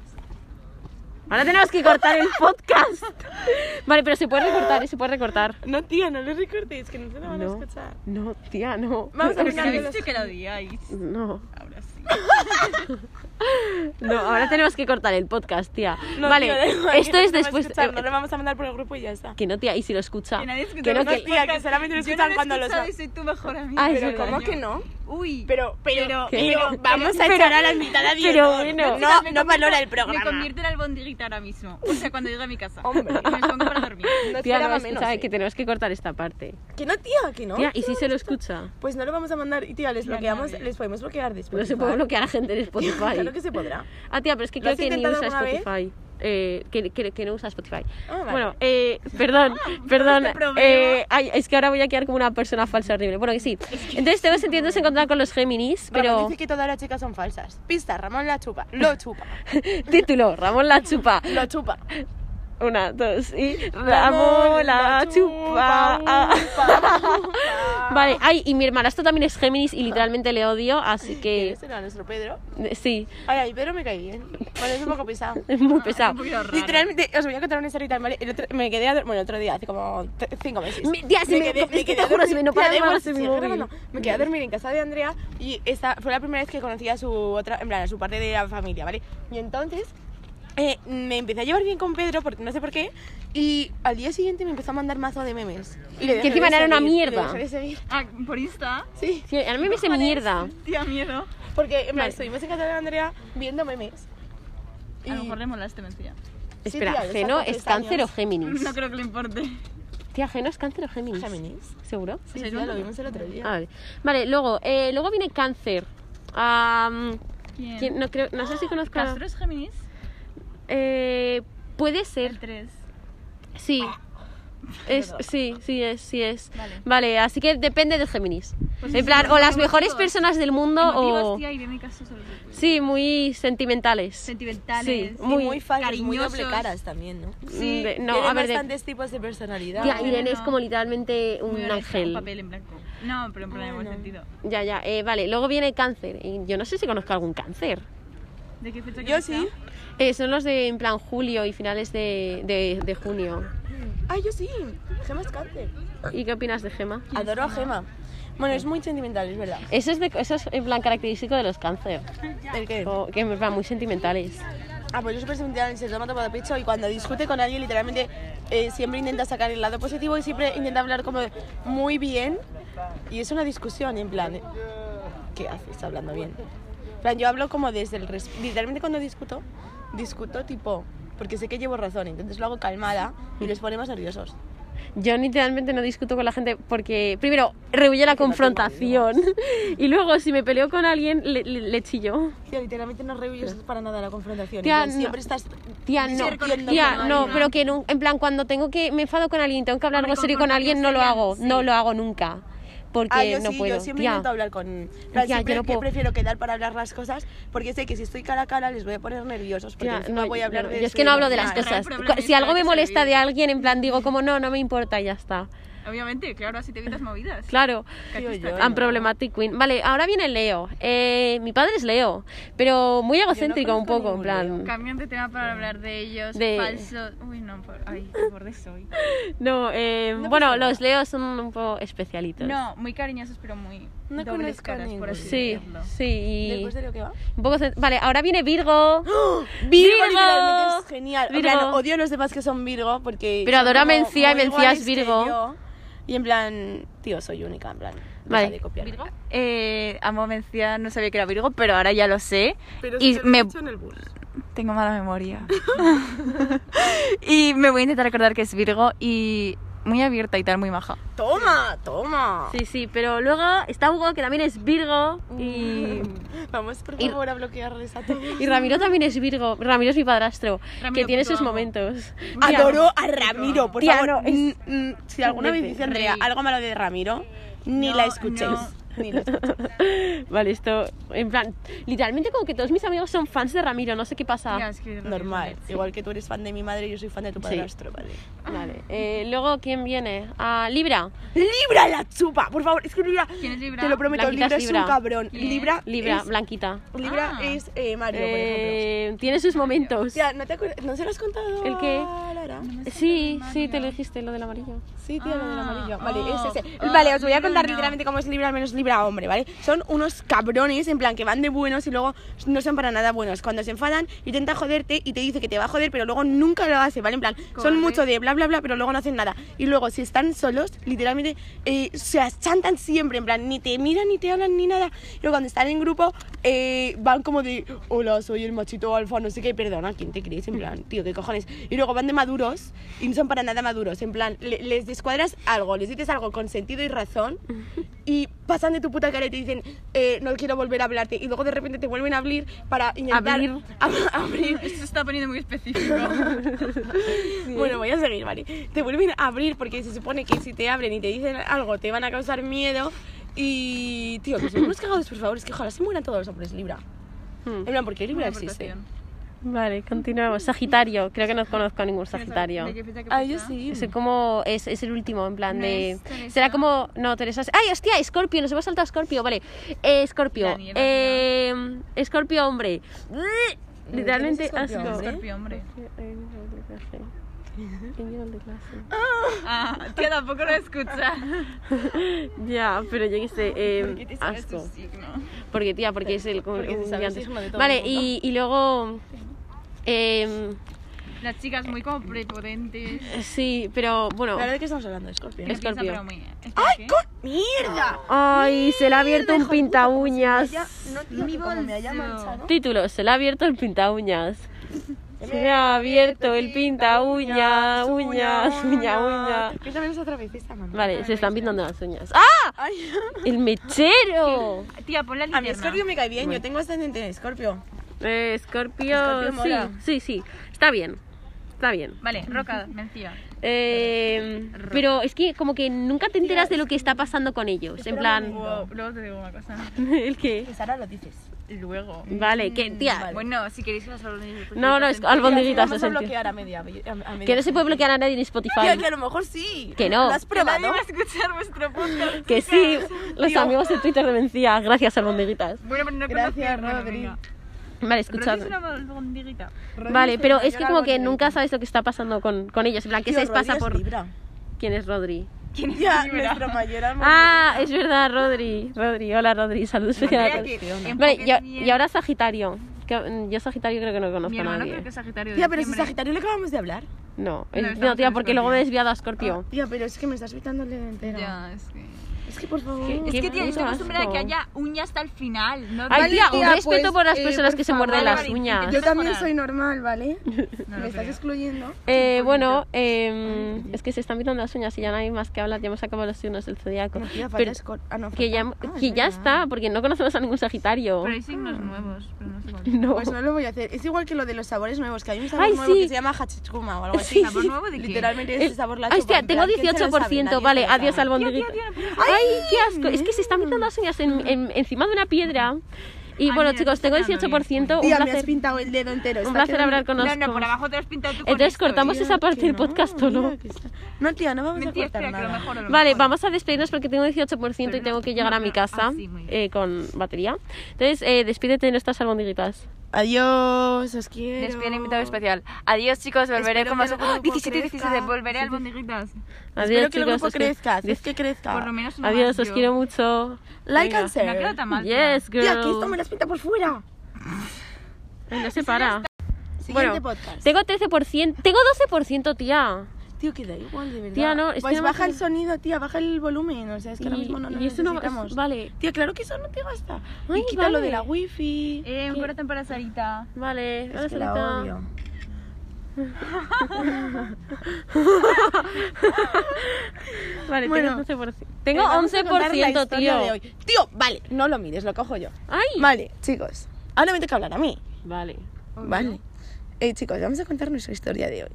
Speaker 4: Ahora tenemos que cortar el
Speaker 3: <laughs>
Speaker 4: podcast. Vale, pero se puede recortar, ¿eh? se puede recortar.
Speaker 3: No, tía, no le recortéis, que no se lo van
Speaker 4: No.
Speaker 3: a escuchar.
Speaker 4: No, tía, no.
Speaker 3: Vamos a
Speaker 5: Porque
Speaker 3: mirar
Speaker 5: habéis
Speaker 3: los...
Speaker 5: dicho que lo odiáis.
Speaker 4: No,
Speaker 5: Ahora sí.
Speaker 4: no, ahora tenemos que cortar el podcast, tía.
Speaker 3: No,
Speaker 4: vale,
Speaker 3: tío, da igual,
Speaker 4: esto
Speaker 3: que no
Speaker 4: es
Speaker 3: se va a
Speaker 4: después.
Speaker 3: escuchar,
Speaker 4: eh,
Speaker 3: no le vamos a mandar por el grupo y ya está.
Speaker 4: que no, tía, y si lo escucha.
Speaker 5: Que nadie escucha
Speaker 4: Que no,
Speaker 5: los
Speaker 3: No,
Speaker 4: que-
Speaker 3: tía, que solamente lo
Speaker 5: Yo
Speaker 3: escuchan
Speaker 5: no
Speaker 3: cuando
Speaker 5: he
Speaker 3: los...
Speaker 5: escuchado y soy tu mejor amiga.
Speaker 4: Ah, es
Speaker 5: Pero
Speaker 4: verdad.
Speaker 5: ¿cómo
Speaker 3: ¿Cómo que no?
Speaker 5: Uy.
Speaker 3: Pero, pero,
Speaker 5: Pero-
Speaker 3: pero,
Speaker 4: pero-
Speaker 3: vamos a
Speaker 4: pero-
Speaker 3: echar a la mitad a
Speaker 4: pero
Speaker 3: Diego.
Speaker 4: bueno.
Speaker 3: no, no valora el
Speaker 5: Me
Speaker 3: programa.
Speaker 5: convierto en albondiguita ahora mismo. O sea, cuando llegue a mi casa.
Speaker 3: Hombre.
Speaker 5: <laughs> Y me pongo para dormir.
Speaker 3: No
Speaker 4: Tía, no,
Speaker 3: esperaba
Speaker 4: escucha,
Speaker 3: menos.
Speaker 4: eh,
Speaker 3: eh.
Speaker 4: que tenemos que cortar esta parte.
Speaker 3: Que no, tía, que no.
Speaker 4: Tía, y si se lo escucha.
Speaker 3: Pues no lo vamos a mandar y tía, les
Speaker 5: Ya,
Speaker 3: bloqueamos,
Speaker 5: nadie.
Speaker 3: les podemos bloquear después.
Speaker 4: No se puede bloquear a gente en Spotify.
Speaker 3: <laughs> Claro que se podrá.
Speaker 4: Ah, tía, pero es que
Speaker 3: ¿Lo
Speaker 4: creo
Speaker 3: has
Speaker 4: que ni
Speaker 3: intentado
Speaker 4: usa
Speaker 3: alguna vez?
Speaker 4: Spotify. Eh, que, que- que no usa Spotify.
Speaker 3: Ah, vale. Ah,
Speaker 4: Bueno, eh,
Speaker 3: <laughs>
Speaker 4: perdón, perdón.
Speaker 5: Este problema.
Speaker 4: eh, ay, es que ahora voy a quedar como una persona falsa horrible. Bueno, que sí.
Speaker 3: <laughs>
Speaker 4: Entonces tengo sentimientos encontrados con los Géminis,
Speaker 3: Ramón
Speaker 4: pero...
Speaker 3: dice que todas las chicas son falsas. Pista, Ramón la chupa. Lo
Speaker 4: <laughs>
Speaker 3: chupa.
Speaker 4: Título, Ramón la chupa.
Speaker 3: <laughs> Lo chupa.
Speaker 4: Una, dos y... Ramón la chupa. <laughs> Vale, ay, y mi hermanastro también es Géminis y literalmente le odio, así que...
Speaker 3: <laughs> Ese era nuestro Pedro.
Speaker 4: eh, Sí,
Speaker 3: Ay, ay, Pedro me cae bien. Bueno, es un poco pesado.
Speaker 4: es muy
Speaker 5: Un
Speaker 4: pesado.
Speaker 5: poquito raro.
Speaker 3: Literalmente, os voy a contar una historia tan ¿vale? El otro, me quedé a dor- bueno, otro día, hace como tre- cinco meses.
Speaker 4: Mi- tía, si me- es que te
Speaker 3: a
Speaker 4: juro,
Speaker 3: dormir-
Speaker 4: si me- no
Speaker 3: tía, da
Speaker 4: paraba
Speaker 3: igual,
Speaker 4: más en mi
Speaker 3: sí,
Speaker 4: móvil.
Speaker 3: no, no, Me quedé a dormir en casa de Andrea y esta fue la primera vez que conocí a su otra, en plan, a su parte de la familia, ¿vale? Y entonces eh, me empecé a llevar bien con Pedro, porque no sé por qué, y al día siguiente me empezó a mandar mazo de memes. Y le dejé
Speaker 4: encima
Speaker 3: de
Speaker 4: era una
Speaker 3: seguir, le
Speaker 4: mierda.
Speaker 3: dejé de seguir.
Speaker 5: Ah, por Insta.
Speaker 3: Sí,
Speaker 4: Sí, a mí me dice mierda.
Speaker 5: Tía, miedo.
Speaker 3: porque en plan,
Speaker 4: Vale.
Speaker 3: estuvimos en casa de Andrea viendo memes. Y-
Speaker 5: A lo mejor le molaste, mentira.
Speaker 3: Sí,
Speaker 4: Espera,
Speaker 3: tía, yo
Speaker 4: Geno
Speaker 3: saco
Speaker 4: es
Speaker 3: tres
Speaker 4: cáncer o
Speaker 3: años.
Speaker 4: Géminis.
Speaker 5: No creo que le importe.
Speaker 4: Tía, Geno es cáncer o Géminis.
Speaker 3: Géminis.
Speaker 4: ¿Seguro?
Speaker 3: Sí, tía, lo vimos el otro día.
Speaker 4: Ah, vale. Vale, luego, eh, luego viene cáncer. Am,
Speaker 5: ¿Quién?
Speaker 4: ¿quién? no, creo, no sé si conozco a...
Speaker 5: Ah, ¿Castro es Géminis?
Speaker 4: Eh, puede
Speaker 5: El
Speaker 4: ser,
Speaker 5: 3.
Speaker 4: sí. Es, sí, sí es, sí es.
Speaker 5: Ah. Vale.
Speaker 4: así que depende de Géminis.
Speaker 5: Pues
Speaker 4: en
Speaker 5: sí,
Speaker 4: plan,
Speaker 5: sí,
Speaker 4: o las
Speaker 5: sí, emotivos.
Speaker 4: mejores personas del mundo o...
Speaker 5: tía, Irene y Castro son los dos.
Speaker 4: Sí, muy sentimentales.
Speaker 5: Sentimentales.
Speaker 4: Sí,
Speaker 5: Sí,
Speaker 3: Y
Speaker 4: muy...
Speaker 3: muy falsos, muy
Speaker 5: cariñosos.
Speaker 3: doble caras también, ¿no?
Speaker 4: mm, de- no,
Speaker 3: Tienen
Speaker 4: a ver, de-
Speaker 3: bastantes tipos de personalidad.
Speaker 4: Tía, Irene es
Speaker 5: no.
Speaker 4: como literalmente un
Speaker 5: Muy honesta,
Speaker 4: ángel.
Speaker 5: Un papel en blanco. No, pero en plan, en buen sentido.
Speaker 4: Ya, ya, eh, vale. Luego viene cáncer. Y yo no sé si conozco algún cáncer.
Speaker 5: ¿De qué fecha que
Speaker 3: Yo
Speaker 5: has
Speaker 3: sí.
Speaker 5: estado?
Speaker 4: Eh, son los de, en plan, julio y finales de, de- de junio.
Speaker 3: Ah, yo sí. Gema es cáncer.
Speaker 4: ¿Y qué opinas de Gema?
Speaker 3: Adoro a Gema. Bueno, es muy sentimental, es verdad.
Speaker 4: Eso es, de- eso es en plan característico de los cáncer.
Speaker 3: ¿El qué?
Speaker 4: O- que en plan, muy sentimentales.
Speaker 3: Ah, pues yo súper sentimental, se toma tomado pecho y cuando discute con alguien, literalmente eh, siempre intenta sacar el lado positivo y siempre intenta hablar como de muy bien. Y es una discusión, en plan, ¿qué haces hablando bien? En plan, yo hablo como desde el respeto. Literalmente cuando discuto, discuto tipo, porque sé que llevo razón, entonces lo hago calmada y les ponemos nerviosos.
Speaker 4: Yo literalmente no discuto con la gente porque, primero, rehuye la confrontación. <laughs> Y luego, si me peleo con alguien, le, le- le chillo.
Speaker 3: Tía, literalmente no rehuyes para nada la confrontación. en
Speaker 4: Tía,
Speaker 3: plan,
Speaker 4: no.
Speaker 3: siempre estás.
Speaker 4: Tía, no.
Speaker 3: Ser correcto
Speaker 4: Tía,
Speaker 3: con
Speaker 4: no,
Speaker 3: alguien.
Speaker 4: pero que no. En plan, cuando tengo que. Me enfado con alguien, tengo que hablar
Speaker 5: Hombre,
Speaker 4: algo serio con
Speaker 5: confrontación
Speaker 4: alguien, no lo
Speaker 5: sería-
Speaker 4: hago.
Speaker 5: sí.
Speaker 4: No lo hago nunca. Porque
Speaker 3: Ah, yo
Speaker 4: no
Speaker 3: sí,
Speaker 4: puedo.
Speaker 3: yo siempre
Speaker 4: tía.
Speaker 3: intento hablar con... en
Speaker 4: Tía,
Speaker 3: plan,
Speaker 4: yo
Speaker 3: siempre
Speaker 4: no
Speaker 3: que
Speaker 4: puedo.
Speaker 3: prefiero quedar para hablar las cosas porque sé que si estoy cara a cara les voy a poner nerviosos porque
Speaker 4: Tía,
Speaker 3: encima
Speaker 4: no,
Speaker 3: voy a hablar
Speaker 4: no,
Speaker 3: de
Speaker 4: yo es
Speaker 3: su
Speaker 4: que no hablo de las
Speaker 3: normal.
Speaker 5: Claro,
Speaker 4: cosas.
Speaker 5: el problema
Speaker 4: Cu-
Speaker 5: es
Speaker 4: Si algo me
Speaker 5: que se
Speaker 4: molesta de
Speaker 5: olvide.
Speaker 4: alguien, en plan digo como no, no me importa y ya está.
Speaker 5: Obviamente, claro, así te evitas movidas.
Speaker 4: Claro.
Speaker 5: Que aquí
Speaker 3: Tío,
Speaker 5: está.
Speaker 3: yo-
Speaker 4: I'm problematic queen. Vale, ahora viene Leo. Eh, mi padre es Leo, pero muy egocéntrico un
Speaker 3: conozco
Speaker 4: poco, en
Speaker 3: ningún
Speaker 4: plan.
Speaker 5: Cambiando de tema para hablar de ellos.
Speaker 4: De-
Speaker 5: Falsos. Uy, no, por... ay, qué
Speaker 4: <laughs>
Speaker 5: borde soy.
Speaker 4: No, eh,
Speaker 3: pasa
Speaker 4: bueno,
Speaker 3: nada.
Speaker 4: los Leos son un poco especialitos.
Speaker 5: No, muy cariñosos, pero muy.
Speaker 3: No
Speaker 5: dobles
Speaker 3: conozco
Speaker 5: caras, por
Speaker 3: ninguno.
Speaker 5: así
Speaker 4: Sí,
Speaker 5: decirlo.
Speaker 4: sí. y-
Speaker 3: Después de lo que va.
Speaker 4: un poco cen- Vale, ahora viene Virgo.
Speaker 3: Virgo, literalmente es genial. En plan,
Speaker 4: Virgo.
Speaker 3: odio a los demás que son Virgo porque...
Speaker 4: Pero
Speaker 3: son
Speaker 4: adoro a
Speaker 3: como
Speaker 4: Mencía y
Speaker 3: muy
Speaker 4: Mencía es
Speaker 3: iguales que
Speaker 4: Virgo.
Speaker 3: yo. Y en plan, tío, soy única, en plan. deja
Speaker 4: Vale.
Speaker 3: de copiar.
Speaker 4: ¿Virgo?
Speaker 5: Eh, amo Mencía, no sabía que era Virgo, pero ahora ya lo sé. y
Speaker 3: lo he
Speaker 5: me
Speaker 3: dicho en el bus.
Speaker 5: <laughs> tengo mala memoria. y me voy a intentar recordar que es Virgo y muy abierta y tal, muy maja.
Speaker 3: Toma, toma.
Speaker 4: Sí, sí, pero luego está Hugo, que también es Virgo, y,
Speaker 3: Vamos, por favor, a bloquearles a
Speaker 4: <laughs>
Speaker 3: todos.
Speaker 4: y Ramiro también es Virgo. Ramiro es mi padrastro, que
Speaker 5: Ramiro,
Speaker 4: tiene
Speaker 5: puto
Speaker 4: sus
Speaker 5: amo.
Speaker 4: momentos.
Speaker 3: Adoro a Ramiro, por
Speaker 4: Tía,
Speaker 3: favor.
Speaker 4: no, es-
Speaker 3: Mm, mm, si alguna vez
Speaker 4: Vete,
Speaker 3: dicen Rea,
Speaker 5: rey.
Speaker 3: algo malo de Ramiro, ni
Speaker 5: No,
Speaker 3: la escuchéis.
Speaker 5: no.
Speaker 3: <laughs> Ni la escuchéis.
Speaker 4: Vale, esto, en plan, literalmente como que todos mis amigos son fans de Ramiro, no sé qué pasa.
Speaker 5: Ya, es que-
Speaker 3: Normal. Igual que tú eres fan de mi madre, yo soy fan de tu
Speaker 4: Sí.
Speaker 3: padrastro, ¿vale?
Speaker 4: Vale, eh, luego, ¿quién viene? Ah, Libra.
Speaker 3: ¡Libra la chupa! Por favor, es que Libra.
Speaker 5: ¿Quién es Libra?
Speaker 3: Te lo prometo,
Speaker 4: Blanquita
Speaker 3: Libra
Speaker 4: es
Speaker 3: es
Speaker 4: Libra.
Speaker 3: un cabrón.
Speaker 5: ¿Quién?
Speaker 3: Libra.
Speaker 4: Libra,
Speaker 3: es,
Speaker 4: Blanquita.
Speaker 3: Libra
Speaker 5: Ah.
Speaker 3: es eh, Mario, por ejemplo.
Speaker 4: Eh, tiene sus momentos.
Speaker 3: Tía, ¿no, te acuer- ¿no se lo has contado?
Speaker 4: ¿El qué?
Speaker 3: a Lara?
Speaker 4: Sí, sí, te lo dijiste, lo del amarillo.
Speaker 3: Sí, tía, lo del amarillo.
Speaker 5: Ah,
Speaker 3: Vale,
Speaker 5: oh,
Speaker 3: es ese.
Speaker 5: ah,
Speaker 3: vale, os voy a
Speaker 5: Libra
Speaker 3: contar
Speaker 5: no.
Speaker 3: literalmente cómo es Libra, al menos Libra hombre, ¿vale? Son unos cabrones, en plan, que van de buenos y luego no son para nada buenos. Cuando se enfadan, intenta joderte y te dice que te va a joder, pero luego nunca lo hace, ¿vale? En plan, son
Speaker 5: Cobarde.
Speaker 3: mucho de bla, bla, bla, pero luego no hacen nada. Y luego, si están solos, literalmente eh, se achantan siempre, en plan, ni te miran, ni te hablan, ni nada. Y luego, cuando están en grupo, eh, van como de, hola, soy el machito alfa, no sé qué, perdona, ¿quién te crees? En plan, tío, ¿qué cojones? Y luego van de maduros y no son para nada maduros, en plan, le- les descuadras algo, les dices algo con sentido y razón y pasan de tu puta cara y te dicen, eh, no quiero volver a hablarte. Y luego de repente te vuelven a abrir para intentar...
Speaker 4: Abrir.
Speaker 3: <laughs> ab- abrir
Speaker 5: Esto se está poniendo
Speaker 3: <laughs>
Speaker 5: muy específico.
Speaker 3: Bueno, voy a seguir, vale. Te vuelven a abrir porque se supone que si te abren y te dicen algo te van a causar miedo. Y, tío, que son unos cagados, por favor. Es que ojalá se mueran todos los hombres Libra.
Speaker 4: Hmm.
Speaker 3: En plan, ¿por qué Libra existe?
Speaker 4: Vale, continuamos. Sagitario, creo que no conozco a ningún Sagitario.
Speaker 3: Ah, yo sí.
Speaker 4: Es como, es, es el último, en plan
Speaker 5: Mm. No
Speaker 4: de...
Speaker 5: es Teresa.
Speaker 4: Será como... No, Teresa... es- ¡Ay, hostia! Escorpio, nos hemos saltado a Escorpio, vale. Eh, Escorpio.
Speaker 5: La mierda,
Speaker 4: eh, Escorpio, hombre. Literalmente
Speaker 3: ¿Quién es
Speaker 4: asco.
Speaker 3: Escorpio, hombre?
Speaker 5: Escorpio, hombre.
Speaker 4: Ya,
Speaker 5: Ah, tía, tampoco lo escucha.
Speaker 4: pero yo qué sé, eh,
Speaker 5: ¿Por qué te sabes tu
Speaker 4: asco.
Speaker 5: signo?
Speaker 4: Porque, tía, porque es el... como
Speaker 3: Porque te
Speaker 4: un
Speaker 3: sabes el
Speaker 4: gigante.
Speaker 3: signo de todo
Speaker 4: Vale,
Speaker 3: el mundo.
Speaker 4: y, y luego... em,
Speaker 5: Las chicas muy como prepotentes.
Speaker 4: sí, pero bueno...
Speaker 3: La verdad es que estamos hablando de Scorpio.
Speaker 5: Empiezan,
Speaker 4: Escorpio.
Speaker 5: pero muy- ¿Qué?
Speaker 3: ¡Mierda!
Speaker 4: Ay, se le ha abierto un pinta
Speaker 3: Ya,
Speaker 4: uñas.
Speaker 3: no, tío, que como me haya
Speaker 5: bolso.
Speaker 3: manchado.
Speaker 4: Título, se le ha abierto el pinta uñas. Se le ha abierto el pinta uñas, uñas, uña, uña.
Speaker 3: Piénsamelo otra vez esta mamá.
Speaker 4: Vale, se están pintando las uñas. ¡Ah! <laughs>
Speaker 3: Ay,
Speaker 4: ¡El mechero!
Speaker 5: Tía, pon la
Speaker 3: a mí
Speaker 5: linterna.
Speaker 3: Scorpio me cae bien, yo tengo ascendente en Scorpio.
Speaker 4: Eh, Scorpio,
Speaker 3: Scorpio mola.
Speaker 4: sí, sí, sí. Está bien. Está bien.
Speaker 5: Vale, Roca, mencía.
Speaker 4: Eh, pero es que como que nunca te enteras de lo que está pasando con ellos. En plan,
Speaker 5: Wow, Oh, luego te digo una cosa.
Speaker 4: <laughs> ¿el qué?
Speaker 3: Sara lo dices.
Speaker 5: Luego.
Speaker 4: Vale, que tía.
Speaker 5: Bueno, si queréis las
Speaker 4: No, no, es albondiguitas, lo
Speaker 3: Vamos a
Speaker 4: siento.
Speaker 3: bloquear a media. A media.
Speaker 4: Que no se puede bloquear a nadie en Spotify.
Speaker 3: Tío, que a lo mejor sí.
Speaker 4: Que no.
Speaker 3: ¿Lo has probado?
Speaker 5: a escuchar vuestro podcast.
Speaker 4: Que
Speaker 5: chicas.
Speaker 4: sí, los
Speaker 3: Tío.
Speaker 4: amigos de Twitter de Mencía, gracias albondiguitas.
Speaker 5: Bueno, pero no
Speaker 3: Gracias,
Speaker 5: conocía-
Speaker 3: Rodri.
Speaker 5: Bueno, venga.
Speaker 4: Vale,
Speaker 5: Rodri
Speaker 4: escuchad.
Speaker 5: es una albondiguita.
Speaker 4: Vale, pero es que como que
Speaker 3: Rodri.
Speaker 4: nunca sabes lo que está pasando con, con ellos. En plan, que se les pasa por...
Speaker 3: Libra.
Speaker 4: ¿Quién es Rodri?
Speaker 5: ¿Quién es
Speaker 3: Ya,
Speaker 5: Libra?
Speaker 3: nuestro mayor amor.
Speaker 4: Ah, es verdad, Rodri. Rodri, hola Rodri, saludos. especiales a
Speaker 5: Andrea,
Speaker 4: todos.
Speaker 5: que enfoques
Speaker 4: Vale, y, a-
Speaker 5: bien.
Speaker 4: y ahora Sagitario. Que, mm, yo Sagitario creo que no conozco
Speaker 5: Mi
Speaker 4: a
Speaker 5: hermano
Speaker 4: nadie.
Speaker 5: creo que es Sagitario. de
Speaker 3: Tía, pero si
Speaker 5: diciembre.
Speaker 3: Sagitario le acabamos de hablar.
Speaker 4: No, es-
Speaker 5: No,
Speaker 4: no,
Speaker 5: estamos
Speaker 4: tía,
Speaker 5: con
Speaker 4: porque luego me he
Speaker 5: Scorpio.
Speaker 4: desviado a Scorpio.
Speaker 3: Tía, pero es que me estás pitando el dedo entero.
Speaker 5: Ya, es que.
Speaker 3: Es que por favor.
Speaker 4: ¿Qué-
Speaker 5: Es
Speaker 4: Qué
Speaker 5: que, tía, yo estoy
Speaker 4: puto
Speaker 5: acostumbrada a que
Speaker 4: asco.
Speaker 5: haya uña hasta el final. No,
Speaker 4: Ay,
Speaker 5: Vale,
Speaker 4: tía, un
Speaker 3: tía,
Speaker 4: respeto
Speaker 3: pues,
Speaker 4: por las
Speaker 3: eh,
Speaker 4: personas
Speaker 3: por
Speaker 4: que se muerden
Speaker 5: favor,
Speaker 4: las
Speaker 5: Vale,
Speaker 4: uñas.
Speaker 5: intento-
Speaker 3: Yo
Speaker 5: Yo
Speaker 3: también
Speaker 5: también
Speaker 3: soy
Speaker 5: soy
Speaker 3: normal,
Speaker 4: <laughs>
Speaker 3: ¿vale?
Speaker 5: no
Speaker 3: me
Speaker 5: lo
Speaker 3: estás
Speaker 5: creo.
Speaker 3: excluyendo.
Speaker 4: Eh, bueno, eh, es que se están mirando las uñas y ya no hay más que hablar. Ya hemos acabado los signos del zodiaco.
Speaker 3: No, tía,
Speaker 4: Pero-
Speaker 3: falta Scor- ah, no,
Speaker 4: que ya,
Speaker 3: falta- ah, es
Speaker 4: que ya
Speaker 3: verdad.
Speaker 4: está, porque no conocemos a ningún Sagitario.
Speaker 5: Pero hay signos nuevos, pero no sé cuál.
Speaker 4: No.
Speaker 3: Pues no lo voy a hacer. Es igual que lo de los sabores nuevos, que hay un sabor
Speaker 4: Ay,
Speaker 3: nuevo
Speaker 4: sí.
Speaker 3: que se llama hachichuma o algo así.
Speaker 5: ¿Sabor nuevo de qué?
Speaker 3: Literalmente
Speaker 4: El-
Speaker 3: ese sabor la
Speaker 4: Ay, hostia,
Speaker 3: chupa, en
Speaker 4: tengo
Speaker 3: plan, ¿quién se lo sabe?
Speaker 4: 18%,
Speaker 3: Nadie
Speaker 4: vale,
Speaker 3: se lo
Speaker 4: adiós
Speaker 3: sabe.
Speaker 4: albondiguita.
Speaker 5: Tía, tía, tía,
Speaker 4: Ay, qué asco, es que se están pintando las uñas en- en- encima de una piedra. Y
Speaker 5: Ay,
Speaker 4: bueno,
Speaker 5: mira,
Speaker 4: chicos,
Speaker 5: estoy
Speaker 4: tengo
Speaker 5: quedando
Speaker 4: 18%, un
Speaker 3: Tía, me has
Speaker 4: placer,
Speaker 3: pintado el dedo entero.
Speaker 4: un
Speaker 3: está
Speaker 4: placer
Speaker 3: quedando-
Speaker 4: hablar con
Speaker 5: No, no,
Speaker 4: nosotros.
Speaker 5: por abajo te lo has pintado tú. con
Speaker 4: Entonces
Speaker 5: esto,
Speaker 4: cortamos
Speaker 5: tío.
Speaker 4: esa <laughs> parte
Speaker 3: Que
Speaker 4: del
Speaker 3: no,
Speaker 4: podcast, ¿o no?
Speaker 3: mira que está- No, tía, no vamos
Speaker 5: Mentira,
Speaker 3: a cortar
Speaker 5: espera, que lo
Speaker 3: nada.
Speaker 5: mejor. a lo
Speaker 4: Vale,
Speaker 5: mejor.
Speaker 4: vamos a despedirnos porque tengo 18% y
Speaker 5: Pero no-
Speaker 4: tengo que llegar a mi
Speaker 5: no,
Speaker 4: casa
Speaker 5: ah, sí, muy bien.
Speaker 4: eh, con batería. Entonces, eh, despídete de nuestras albondiguitas.
Speaker 3: Adiós, os quiero.
Speaker 5: Despide al invitado especial. Adiós, chicos. Volveré
Speaker 3: Espero
Speaker 5: como
Speaker 3: que el grupo
Speaker 5: 17,
Speaker 3: crezca.
Speaker 5: 17. Volveré al Bondiguitas.
Speaker 3: Espero
Speaker 4: Adiós,
Speaker 3: que el
Speaker 4: chicos.
Speaker 3: grupo
Speaker 4: os quiero-
Speaker 3: crezca, si es que crezca.
Speaker 5: Por lo menos uno
Speaker 4: Adiós,
Speaker 5: más
Speaker 4: os
Speaker 5: yo.
Speaker 4: quiero mucho.
Speaker 3: Like
Speaker 4: Venga.
Speaker 3: and
Speaker 5: No ha quedado
Speaker 3: share.
Speaker 5: tan mal. tía.
Speaker 4: Yes, girl.
Speaker 3: Tía, que esto me las pinta por fuera.
Speaker 4: Ay, No se para.
Speaker 3: Siguiente
Speaker 4: Bueno,
Speaker 3: podcast.
Speaker 4: Tengo 13%, tengo 12%, tía.
Speaker 3: Tío, que da igual, de verdad.
Speaker 4: Tía, no, es que
Speaker 3: pues
Speaker 4: no me
Speaker 3: baja el
Speaker 4: sale-
Speaker 3: sonido, tía, baja el volumen. O sea, es que ahora
Speaker 4: Y-
Speaker 3: mismo no lo
Speaker 4: y eso no-
Speaker 3: necesitamos.
Speaker 4: vale.
Speaker 3: Tía, claro que eso no te gasta.
Speaker 4: Ay,
Speaker 3: y quítalo
Speaker 4: vale.
Speaker 3: de la wifi.
Speaker 5: Eh, un corazón para eh, Sarita.
Speaker 4: Vale,
Speaker 3: <laughs> Es que la
Speaker 4: Sarita.
Speaker 3: odio.
Speaker 4: <laughs> Vale,
Speaker 3: Bueno.
Speaker 4: tengo 11%. Tengo
Speaker 3: Eh, vamos a contar la
Speaker 4: 11%,
Speaker 3: historia
Speaker 4: tío.
Speaker 3: de hoy. Tío, vale, no lo mires, lo cojo yo.
Speaker 4: Ay.
Speaker 3: Vale, chicos. Ahora me toca hablar a mí.
Speaker 4: Vale.
Speaker 3: Vale. Eh, chicos, vamos a contar nuestra historia de hoy.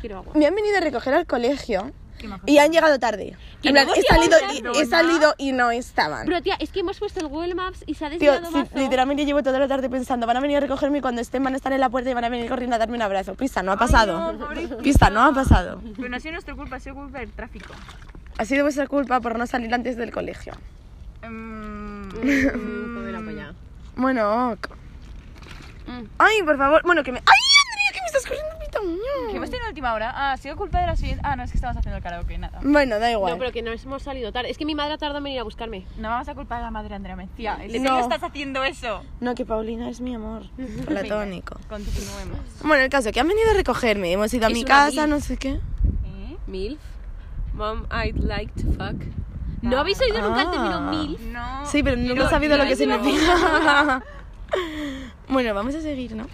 Speaker 4: Quiero agua.
Speaker 3: Me han venido a recoger al colegio
Speaker 5: <laughs>
Speaker 3: y han llegado tarde.
Speaker 4: Que
Speaker 3: En plan,
Speaker 4: no
Speaker 3: he
Speaker 4: llegan
Speaker 3: salido,
Speaker 4: tarde,
Speaker 3: y, he salido y no estaban.
Speaker 4: Pero tía, es que hemos puesto el Google Maps y se ha
Speaker 3: Tío,
Speaker 4: desviado
Speaker 3: sí,
Speaker 4: mazo.
Speaker 3: literalmente llevo toda la tarde pensando, van a venir a recogerme y cuando estén van a estar en la puerta y van a venir corriendo a darme un abrazo. Pista, no ha pasado. Pista, no ha pasado.
Speaker 5: Pero no ha sido nuestra culpa, ha sido culpa del tráfico.
Speaker 3: Ha sido vuestra culpa por no salir antes del colegio.
Speaker 5: Eh,
Speaker 4: Mm, pues mira para allá.
Speaker 3: Bueno, ok.
Speaker 4: Mm.
Speaker 3: Ay, por favor. Bueno, que me... ¡Ay, Andrea, que me estás corriendo pito
Speaker 5: ¿Qué
Speaker 3: mío!
Speaker 5: hemos tenido última hora? Ah, ha sido culpa de la siguiente. Ah, no, es que estábamos haciendo el karaoke, nada.
Speaker 3: Bueno, da
Speaker 4: No,
Speaker 3: igual.
Speaker 4: pero que no hemos salido tarde. Es que mi madre ha tardado en venir a buscarme.
Speaker 5: No vamos a culpar a la madre Andrea Mencía. ¿En serio
Speaker 3: No.
Speaker 5: estás haciendo eso?
Speaker 3: No, que Paulina es mi <laughs> amor. Platónico.
Speaker 5: Continuemos.
Speaker 3: Bueno, el caso, que han venido a recogerme. Hemos ido a
Speaker 4: Es
Speaker 3: mi
Speaker 4: una
Speaker 3: casa,
Speaker 4: mil.
Speaker 3: no sé qué.
Speaker 5: ¿Eh?
Speaker 4: Milf. Mom, I'd like to fuck. ¿No habéis oído nunca el término
Speaker 3: Ah.
Speaker 4: milf?
Speaker 5: No.
Speaker 3: Sí, pero nunca he sabido lo que significa. <laughs> bueno, vamos a seguir, ¿no?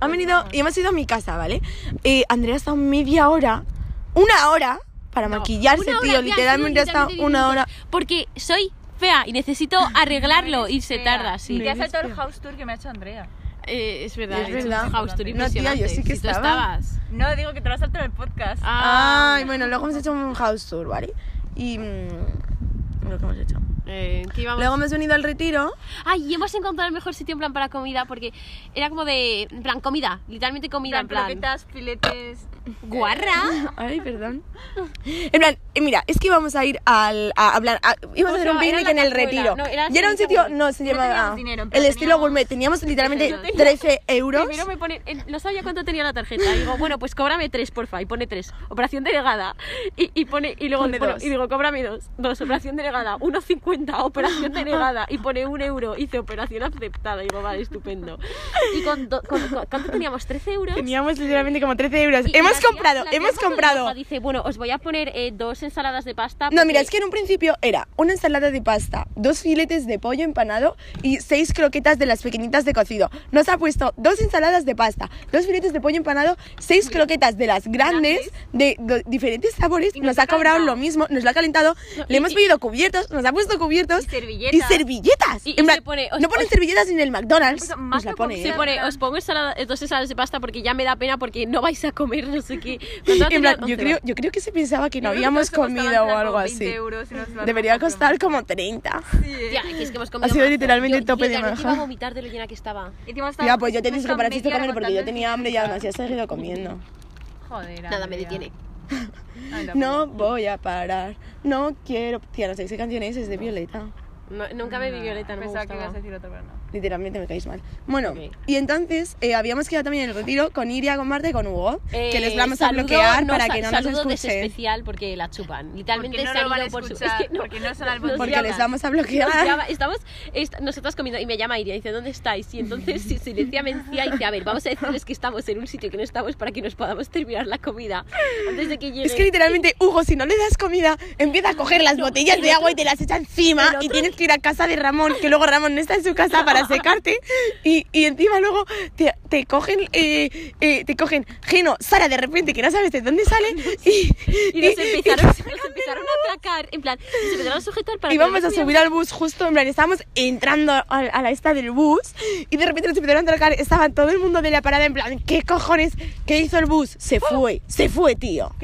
Speaker 3: Han venido y hemos ido a mi casa, ¿vale? Eh, Andrea ha estado media hora, una hora, para maquillarse,
Speaker 4: Una hora,
Speaker 3: tío.
Speaker 4: tía,
Speaker 3: literalmente ha
Speaker 4: sí,
Speaker 3: estado
Speaker 4: literalmente
Speaker 3: una hora.
Speaker 4: minutos. Porque soy fea y necesito arreglarlo y se
Speaker 5: Espera,
Speaker 4: tarda, sí.
Speaker 5: Y te
Speaker 3: No
Speaker 5: hace todo el
Speaker 3: viste.
Speaker 5: house tour que me ha hecho Andrea.
Speaker 4: Eh, es verdad,
Speaker 3: Es verdad.
Speaker 4: un house tour
Speaker 5: No,
Speaker 3: tía, yo
Speaker 4: impresionante.
Speaker 3: sí que
Speaker 4: Si tú
Speaker 3: estaba.
Speaker 4: estabas.
Speaker 5: No, digo que te lo has saltado en el podcast.
Speaker 4: Ah,
Speaker 3: Ay, bueno, luego hemos hecho un house tour, ¿vale? Y. mm, lo que hemos hecho.
Speaker 4: eh, ¿qué íbamos?
Speaker 3: Luego hemos venido al
Speaker 4: <laughs>
Speaker 3: retiro.
Speaker 4: Ay, y hemos encontrado el mejor sitio en plan para comida porque era como de, en plan, comida, literalmente comida, en plan.
Speaker 5: croquetas, filetes.
Speaker 4: Guarra.
Speaker 3: Ay, perdón. En plan, eh, mira, es que íbamos a ir al, a hablar. a- íbamos
Speaker 4: ¿Cómo
Speaker 3: a
Speaker 4: se
Speaker 3: hacer un
Speaker 4: llama? Pues Era
Speaker 3: picnic en
Speaker 4: la
Speaker 3: el
Speaker 4: cazuela.
Speaker 3: retiro.
Speaker 4: No, era
Speaker 3: y era un
Speaker 4: estilo
Speaker 3: sitio,
Speaker 4: gourmet.
Speaker 3: no, se
Speaker 5: No
Speaker 3: llamaba.
Speaker 5: teníamos dinero, pero
Speaker 3: el estilo
Speaker 5: teníamos-
Speaker 3: gourmet. Teníamos
Speaker 4: <laughs>
Speaker 3: literalmente
Speaker 4: Teníamos-
Speaker 3: 13 euros.
Speaker 4: Primero me pone, el- no sabía cuánto tenía la tarjeta. Y digo, bueno, pues cóbrame tres, porfa. Y pone tres. Operación delegada. Y, y pone, y luego
Speaker 3: Pone
Speaker 4: bueno,
Speaker 3: dos.
Speaker 4: y digo, cóbrame dos. Dos, operación delegada. 1,50, operación delegada. Y pone un euro. Hice operación aceptada. Y digo, vale, estupendo. ¿Y con, do- con- con- cuánto teníamos? ¿13 euros?
Speaker 3: Teníamos literalmente como 13 euros.
Speaker 4: Y- y la
Speaker 3: hemos
Speaker 4: tía-
Speaker 3: comprado,
Speaker 4: la tía
Speaker 3: hemos
Speaker 4: cuando
Speaker 3: comprado.
Speaker 4: baja Dice, bueno, os voy a poner eh, dos ensaladas de pasta.
Speaker 3: No, mira,
Speaker 4: porque-
Speaker 3: es que en un principio era una ensalada de pasta, dos filetes de pollo empanado y seis croquetas de las pequeñitas de cocido. Nos ha puesto dos ensaladas de pasta, dos filetes de pollo empanado, seis croquetas de las grandes, de, do- diferentes sabores. Nos,
Speaker 5: nos
Speaker 3: ha
Speaker 5: ha
Speaker 3: cobrado lo
Speaker 5: calentado.
Speaker 3: mismo, nos lo ha calentado, le hemos pedido cubiertos, nos ha puesto cubiertos.
Speaker 5: Y servilletas.
Speaker 3: Y servilletas.
Speaker 4: Y- y
Speaker 3: En plan,
Speaker 4: se pone- os-
Speaker 3: no ponen
Speaker 4: os-
Speaker 3: servilletas ni en el McDonald's.
Speaker 5: puso
Speaker 3: Nos
Speaker 5: más
Speaker 3: la
Speaker 5: que
Speaker 3: pone.
Speaker 5: cubiertos.
Speaker 4: Se
Speaker 3: ¿eh?
Speaker 4: pone, os pongo ensalada, dos ensaladas de pasta porque ya me da pena porque no vais a comer, no sé qué. ¿Cuánto
Speaker 3: <laughs> En
Speaker 4: tenía?
Speaker 3: plan, yo
Speaker 4: Once
Speaker 3: creo, yo creo que se pensaba que no
Speaker 5: Yo creo que
Speaker 3: habíamos
Speaker 5: eso costaba
Speaker 3: comido o
Speaker 5: como
Speaker 3: algo
Speaker 5: 20
Speaker 3: así.
Speaker 5: euros y nos lo han
Speaker 3: Debería
Speaker 5: dado
Speaker 3: costar como 30.
Speaker 5: Sí, eh.
Speaker 4: Tía, que es que hemos comido
Speaker 3: sido
Speaker 4: mazo.
Speaker 3: literalmente
Speaker 4: Yo
Speaker 3: tope de
Speaker 4: literalmente
Speaker 3: maja.
Speaker 4: iba a vomitar de lo llena que estaba.
Speaker 5: Y encima estaba-
Speaker 3: Ya, pues yo tenéis que
Speaker 5: estaba
Speaker 3: parar de
Speaker 5: media hora
Speaker 3: comer porque yo
Speaker 5: contando el-
Speaker 3: tenía hambre y aún así he seguido comiendo.
Speaker 5: Joder,
Speaker 4: Nada me
Speaker 5: Andrea.
Speaker 4: detiene.
Speaker 5: Ay, la
Speaker 3: No
Speaker 4: pues.
Speaker 3: voy a parar, no quiero. Tía, no sé qué canción es, es de Violeta.
Speaker 4: No- nunca me vi Violeta, no me
Speaker 5: Pensaba que ibas a
Speaker 4: gustaba.
Speaker 5: decir otra, pero no.
Speaker 3: Literalmente me caéis mal. Bueno,
Speaker 4: Ok.
Speaker 3: y entonces eh, habíamos quedado también en el retiro con Iria, con Marta y con Hugo, que
Speaker 4: Eh,
Speaker 3: les vamos
Speaker 4: saludo
Speaker 3: a bloquear para
Speaker 4: sa-
Speaker 3: que no nos
Speaker 4: saludo
Speaker 3: escuchen.
Speaker 4: especial porque la chupan. Literalmente
Speaker 5: Porque no
Speaker 4: se han
Speaker 5: lo van a
Speaker 4: ido por su...
Speaker 5: escuchar,
Speaker 4: es que no,
Speaker 5: porque <laughs> no son al-
Speaker 4: nos
Speaker 3: Porque
Speaker 4: llaman.
Speaker 3: les vamos a
Speaker 4: Nos
Speaker 3: bloquear.
Speaker 4: llama- estamos est- nosotras comiendo y me llama Iria y dice, ¿dónde estáis? Y
Speaker 3: <laughs>
Speaker 4: entonces si silencia Mencía y dice, a ver, vamos a decirles que estamos en un sitio que no estamos para que nos podamos terminar la comida antes de que llegue.
Speaker 3: Es que literalmente, Hugo, si no le das comida, empieza a coger las botellas de agua y te las echa encima y tienes que ir a casa de Ramón, que luego Ramón no está en su casa para secarte. Y, y encima luego te, te cogen, eh, eh, te cogen Geno, Sara de repente, que no sabes de dónde sale. Y,
Speaker 4: y
Speaker 3: <laughs>
Speaker 4: nos
Speaker 3: y-
Speaker 4: empezaron, nos empezaron a atracar, en plan, nos empezaron a sujetar para
Speaker 3: y
Speaker 4: que
Speaker 3: vamos
Speaker 4: no
Speaker 3: a
Speaker 4: nos
Speaker 3: subir al bus justo, en plan, estábamos entrando a, a la esta del bus y de repente nos empezaron a atracar, estaba todo el mundo de la parada en plan, ¿qué cojones? ¿Qué hizo el bus? Se fue, se fue, tío.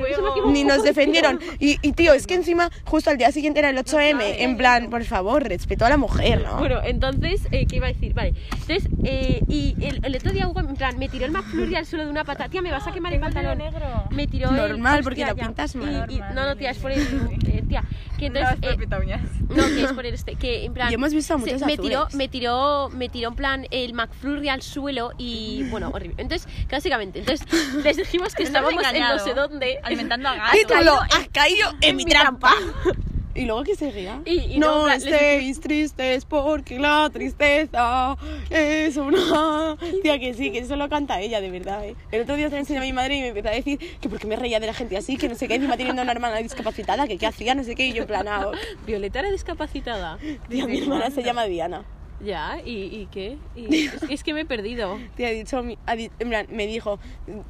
Speaker 3: Ni nos defendieron. Y, y, tío, es que encima justo al día siguiente era el 8M, en plan, por favor, respeto a la mujer, ¿no?
Speaker 4: Bueno, entonces, eh, ¿qué iba a decir? Vale, entonces, eh, y el, el otro día Hugo, en plan, me tiró el McFlurry al suelo de una pata. Tía, me vas a quemar el
Speaker 5: Tengo el pelo
Speaker 4: pantalón.
Speaker 5: negro.
Speaker 4: Me tiró el-
Speaker 3: Normal, porque
Speaker 4: hostia,
Speaker 3: lo
Speaker 4: ya.
Speaker 3: pintas mal.
Speaker 4: Y- y-
Speaker 5: Normal.
Speaker 4: no, no, tía, es por el... eh, tía, que entonces...
Speaker 5: No, es
Speaker 4: eh,
Speaker 5: por <laughs> pitañas.
Speaker 4: no, que es por el este, que en plan...
Speaker 3: Y hemos visto a muchos
Speaker 4: me tiró,
Speaker 3: azules.
Speaker 4: me tiró, me tiró en plan el McFlurry al suelo y bueno, horrible. Entonces, básicamente, entonces les dijimos que
Speaker 5: Nos
Speaker 4: estábamos
Speaker 5: hemos
Speaker 4: en no
Speaker 5: engañado,
Speaker 4: sé dónde.
Speaker 3: <laughs>
Speaker 5: alimentando a gatos.
Speaker 3: Título, has caído en mi trampa. <laughs> ¿Y luego qué seguía?
Speaker 4: Y- y
Speaker 3: no
Speaker 4: luego, en plan, les-
Speaker 3: estéis tristes porque la tristeza es una... Tía, que sí, que eso lo canta ella, de verdad, ¿eh? El otro día se lo enseñé a mi madre y me empezó a decir que porque me reía de la gente así, que no sé qué, encima teniendo una hermana discapacitada,
Speaker 4: <laughs>
Speaker 3: que qué hacía, no sé qué, y yo en plan, ah, ok.
Speaker 4: Violeta era discapacitada.
Speaker 3: Tía, mi hermana se llama Diana.
Speaker 4: Ya, ¿y, y qué?
Speaker 3: <laughs>
Speaker 4: Y- es, es que me he perdido.
Speaker 3: Te ha dicho, mi- ha di- en plan, me dijo,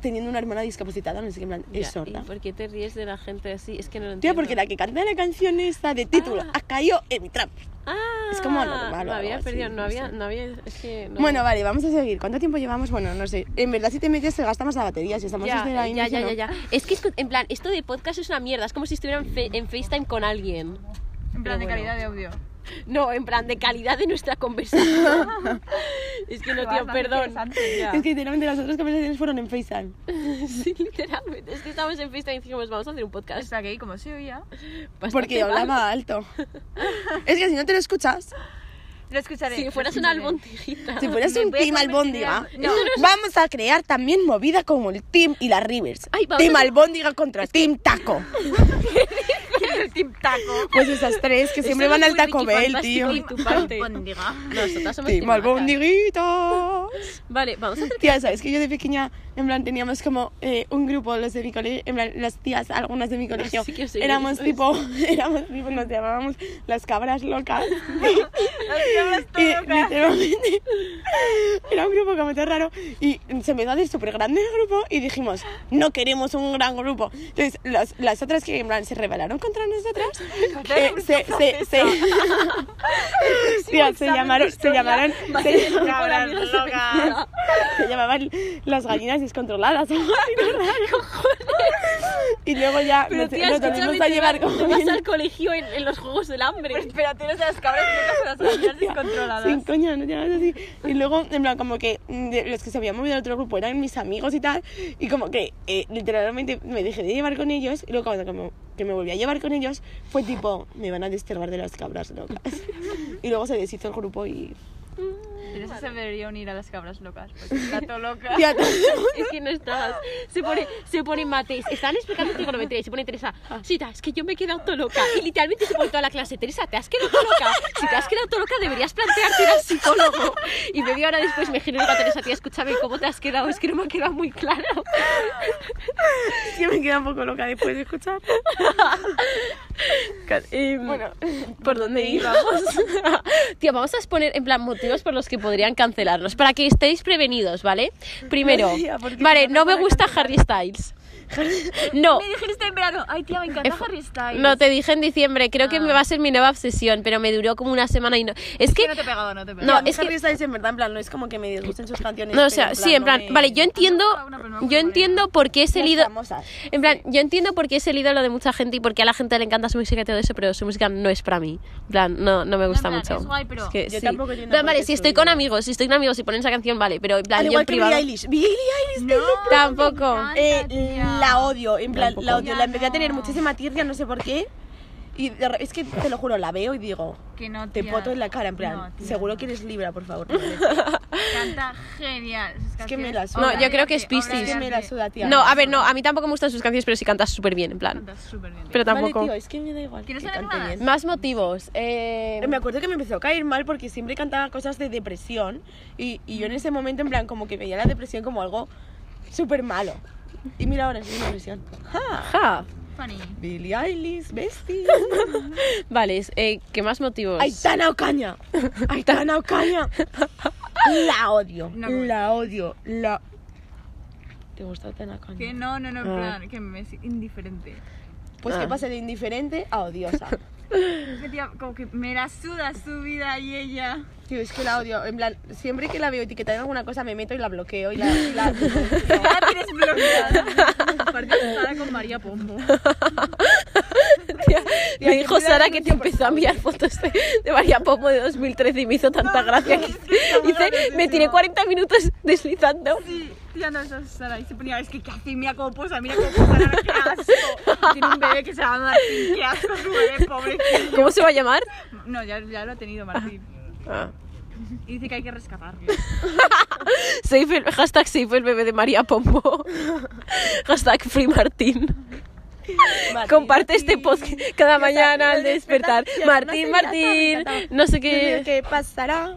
Speaker 3: teniendo una hermana discapacitada, no sé qué, en plan, es
Speaker 4: Ya,
Speaker 3: sorda.
Speaker 4: ¿Y por qué te ríes de la gente así? Es que no lo
Speaker 3: Tío,
Speaker 4: entiendo.
Speaker 3: porque la que canta la canción esta de título,
Speaker 4: Ah.
Speaker 3: ha caído en mi trampa.
Speaker 4: Ah,
Speaker 3: es como normal o
Speaker 4: lo había
Speaker 3: algo así,
Speaker 4: perdido, no
Speaker 3: no
Speaker 4: había,
Speaker 3: sé.
Speaker 4: no había, es que no-
Speaker 3: Bueno, vale, vamos a seguir. ¿Cuánto tiempo llevamos? Bueno, no sé. En verdad, si te metes, se gasta más la batería. Si estamos
Speaker 4: Ya,
Speaker 3: desde la
Speaker 4: ya,
Speaker 3: inicio,
Speaker 4: ya,
Speaker 3: no.
Speaker 4: ya, ya. Es que, es co- en plan, esto de podcast es una mierda. Es como si estuvieran en FaceTime con alguien.
Speaker 5: En
Speaker 4: Pero
Speaker 5: plan de
Speaker 4: bueno.
Speaker 5: calidad de audio.
Speaker 4: No, en plan, de calidad de nuestra conversación.
Speaker 3: <laughs>
Speaker 4: es que no, tío,
Speaker 5: Bastante
Speaker 4: perdón.
Speaker 5: interesante.
Speaker 4: Ya.
Speaker 3: Es que literalmente las otras conversaciones fueron en FaceTime.
Speaker 4: <laughs> Sí, literalmente. Es que estamos en FaceTime y dijimos, vamos a hacer un podcast.
Speaker 5: Está gay, como se oía.
Speaker 4: Bastante
Speaker 3: Porque
Speaker 4: mal.
Speaker 3: hablaba alto. es que si no te lo escuchas,
Speaker 5: Lo escucharé.
Speaker 4: Si
Speaker 5: lo
Speaker 4: fueras una
Speaker 5: escucharé.
Speaker 4: albondiguita.
Speaker 3: si fueras
Speaker 5: Me
Speaker 3: un
Speaker 5: voy a
Speaker 3: team
Speaker 5: convertir en-
Speaker 3: albóndiga,
Speaker 5: No.
Speaker 3: <laughs> vamos a crear también movida como el team y las Rivers.
Speaker 4: Ay, vamos
Speaker 3: team
Speaker 4: a-
Speaker 3: albóndiga contra team taco.
Speaker 5: ¿Quién es <laughs> el Team Taco?
Speaker 3: Pues esas tres que siempre van al taco Bell, tío.
Speaker 4: Y tu
Speaker 5: <laughs>
Speaker 4: parte.
Speaker 5: Albóndiga.
Speaker 4: Nosotras somos
Speaker 3: Team
Speaker 4: timacas.
Speaker 3: albóndiguitos.
Speaker 4: <laughs> Vale, vamos a hacer...
Speaker 3: Tía, ¿sabes que yo de pequeña, en plan, teníamos como eh, un grupo, los de mi colegio, en plan, las tías, algunas de
Speaker 4: <laughs>
Speaker 3: mi colegio,
Speaker 4: Sí que os he
Speaker 3: éramos
Speaker 4: visto
Speaker 3: tipo, <laughs> éramos tipo, nos llamábamos las cabras
Speaker 4: <laughs>
Speaker 3: locas. <laughs> y literalmente, <laughs> era un grupo como todo raro, y se empezó a hacer súper grande el grupo, y dijimos, no queremos un gran grupo. Entonces, las, las otras que, en plan, se rebelaron contra nosotras, eh, se, se, se, <laughs> Tía, se
Speaker 5: examen de
Speaker 3: llamaron, se
Speaker 4: <laughs>
Speaker 5: historia
Speaker 3: llamaron,
Speaker 4: va a
Speaker 3: se
Speaker 4: ser el grupo de
Speaker 3: llamaron
Speaker 4: amigas de Verónica.
Speaker 3: se llamaban las gallinas descontroladas. algo así, ¿no? y luego ya
Speaker 4: Pero
Speaker 3: nos,
Speaker 4: tía,
Speaker 3: nos volvimos a
Speaker 4: escúchame,
Speaker 3: llevar
Speaker 4: te vas,
Speaker 3: como
Speaker 4: te vas
Speaker 3: bien-
Speaker 4: al colegio en, en los Juegos del Hambre.
Speaker 5: Pero tú eres de las cabras que
Speaker 4: <laughs>
Speaker 5: las gallinas descontroladas.
Speaker 3: Sin coña, no te llamas así. Y luego, en plan, como que mm, de- los que se habían movido al otro grupo eran mis amigos y tal. Y como que eh, literalmente me dejé de llevar con ellos. Y luego, cuando como que me volví a llevar con ellos, fue tipo, me van a desterrar de las cabras locas. <laughs> y luego se deshizo el grupo y.
Speaker 5: Pero eso se debería unir a las cabras locas. Porque está todo loca.
Speaker 3: Tía, todo-
Speaker 4: Es que no estabas. Se pone, se pone Mateis. Estaban explicando trigonometría y se pone Teresa. Sita, es que yo me he quedado todo loca. Y literalmente se pone toda la clase. Teresa, te has quedado todo loca. Si te has quedado todo loca, deberías plantearte ir al psicólogo. Y media hora después me giro y digo a Teresa, tía, escúchame, ¿cómo te has quedado? Es que no me ha quedado muy claro.
Speaker 3: es <laughs> que me queda un poco loca después de
Speaker 4: <laughs>
Speaker 3: escuchar.
Speaker 4: bueno, ¿por dónde íbamos? Tía, vamos a exponer en plan motivos por los que podrían cancelarnos. Para que estéis prevenidos, ¿vale? Primero,
Speaker 3: No, tía, ¿por qué
Speaker 4: vale,
Speaker 3: te
Speaker 4: no
Speaker 3: van a
Speaker 4: me gusta Harry Styles. No.
Speaker 5: Me dijiste en verano, ay tía, me encanta Harry Styles.
Speaker 4: No, te dije en diciembre, creo que me va a ser mi nueva obsesión, pero me duró como una semana y no... Es
Speaker 5: que
Speaker 4: que...
Speaker 5: no te he pegado, no te he
Speaker 4: No,
Speaker 5: pegado.
Speaker 3: No,
Speaker 4: es
Speaker 3: es
Speaker 4: que-
Speaker 3: que en verdad, en plan, no es como que me disgusten sus canciones.
Speaker 4: No, o
Speaker 3: pero
Speaker 4: sea, sí, en
Speaker 3: no
Speaker 4: plan...
Speaker 3: me-
Speaker 4: Vale, yo entiendo...
Speaker 5: una, pero no me
Speaker 4: Yo
Speaker 5: acuerdo
Speaker 4: entiendo por qué es el
Speaker 3: Las
Speaker 4: ídolo...
Speaker 3: famosas.
Speaker 4: En plan, yo entiendo por qué es el ídolo de mucha gente y por qué a la gente le encanta su música y todo eso, pero su música no es para mí. En plan, no, no me gusta
Speaker 5: plan,
Speaker 4: mucho.
Speaker 5: es guay, pero
Speaker 4: que
Speaker 3: yo
Speaker 4: sí.
Speaker 3: tampoco entiendo
Speaker 4: En plan,
Speaker 3: por
Speaker 4: vale,
Speaker 3: qué
Speaker 4: si
Speaker 3: es
Speaker 4: estoy
Speaker 3: tu
Speaker 4: con
Speaker 3: ídolo.
Speaker 4: amigos, si estoy con amigos y ponen esa canción, vale, pero en plan,
Speaker 3: Al
Speaker 4: yo
Speaker 3: igual
Speaker 4: en
Speaker 3: que Billie
Speaker 4: privado...
Speaker 3: Eilish. Billie Eilish,
Speaker 5: No,
Speaker 4: Tampoco.
Speaker 5: me encanta,
Speaker 3: eh,
Speaker 5: tía.
Speaker 3: la odio, en plan, la odio.
Speaker 5: Tampoco.
Speaker 3: La empecé a tener muchísima tirria, no sé por qué. Y de re- es que te lo juro, la veo y digo,
Speaker 5: Que no,
Speaker 3: te
Speaker 5: tía.
Speaker 3: poto en la cara, en plan,
Speaker 5: No, tía,
Speaker 3: seguro
Speaker 5: no.
Speaker 3: que eres Libra, por
Speaker 4: <laughs>
Speaker 3: favor.
Speaker 5: Canta genial.
Speaker 3: Es que me la suda.
Speaker 4: No, yo creo que es Piscis.
Speaker 3: es que me la suda, tía.
Speaker 4: No, a ver, no, a mí tampoco me gustan sus canciones, pero sí cantas súper bien, en plan.
Speaker 5: Canta súper bien.
Speaker 4: Pero
Speaker 3: Vale,
Speaker 4: tampoco...
Speaker 3: tío, es que me da igual.
Speaker 5: ¿Quieres
Speaker 3: que
Speaker 5: saber
Speaker 3: cante
Speaker 5: más?
Speaker 3: bien.
Speaker 4: Más motivos. eh,
Speaker 3: Me acuerdo que me empezó a caer mal porque siempre cantaba cosas de depresión y, y yo en ese momento en plan como que veía la depresión como algo súper malo. Y mira ahora, es una depresión. ¡Ja!
Speaker 4: ja.
Speaker 5: Funny.
Speaker 3: Billie Eilish, bestie.
Speaker 4: Vale, es- eh, ¿qué más motivos?
Speaker 3: Aitana Ocaña. Aitana Ocaña. La odio.
Speaker 5: No, no.
Speaker 3: la odio. La... ¿Te gusta Aitana Ocaña?
Speaker 5: Que no, no, no, en
Speaker 4: Ah.
Speaker 5: plan, que me es indiferente.
Speaker 3: Pues que
Speaker 4: Ah.
Speaker 3: pase de indiferente a odiosa.
Speaker 5: Es que, tía, como que me la suda su vida y <laughs> ella.
Speaker 3: Tío, es que la odio. En plan, siempre que la veo etiquetada en alguna cosa me meto y la bloqueo y la... y la-
Speaker 5: Ya Ah, tienes bloqueada. Participada con María Pombo.
Speaker 4: Tía,
Speaker 3: Tía,
Speaker 4: me
Speaker 3: que
Speaker 4: dijo
Speaker 3: cuida
Speaker 4: Sara
Speaker 3: la
Speaker 4: que te
Speaker 3: lucha,
Speaker 4: empezó a enviar fotos de, de María Pombo de 2013 y me hizo tanta gracia que dice, me tiré 40 minutos deslizando.
Speaker 5: Sí, tía, no, esa es Sara. Y se ponía, es que qué hace, mira cómo posa, mira cómo posa, Sara, qué asco. Tiene un bebé que se llama Martín, qué asco su bebé, pobre.
Speaker 4: ¿Cómo se va a llamar?
Speaker 5: No, ya, ya lo ha tenido Martín.
Speaker 4: Ah.
Speaker 5: Y dice que hay que rescatarlo.
Speaker 4: Save el, hashtag save el bebé de
Speaker 3: <laughs>
Speaker 4: María Pombo. hashtag Free Martín.
Speaker 3: Martín,
Speaker 4: Comparte este
Speaker 3: Martín.
Speaker 4: post cada
Speaker 3: Ya
Speaker 4: mañana
Speaker 3: sabía
Speaker 4: al despertar.
Speaker 3: Ya,
Speaker 4: Martín,
Speaker 3: no sé, ya
Speaker 4: Martín.
Speaker 3: estaba, ya estaba.
Speaker 4: No sé
Speaker 3: Dios mío,
Speaker 4: qué.
Speaker 3: ¿Qué pasará?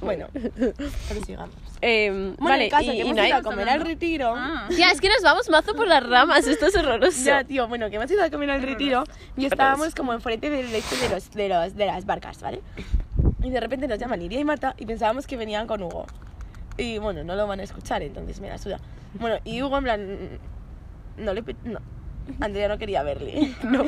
Speaker 3: Bueno, prosigamos.
Speaker 4: Eh,
Speaker 3: Bueno,
Speaker 4: vale,
Speaker 3: el caso,
Speaker 4: y,
Speaker 3: que
Speaker 4: y
Speaker 3: hemos
Speaker 4: no hay-
Speaker 3: ido a comer al retiro.
Speaker 5: Ah.
Speaker 4: Ya, es que nos vamos mazo por las ramas, esto es horroroso.
Speaker 3: Ya, tío, bueno, que hemos ido a comer al retiro y estábamos como enfrente del este de, los, de, los, de las barcas, ¿vale? Y de repente nos llaman Lidia y Marta y pensábamos que venían con Hugo. Y bueno, no lo van a escuchar, entonces me la suda. Bueno, y Hugo en plan... No le... pe- No. Andrea no quería
Speaker 4: <laughs>
Speaker 3: verle. <laughs> No.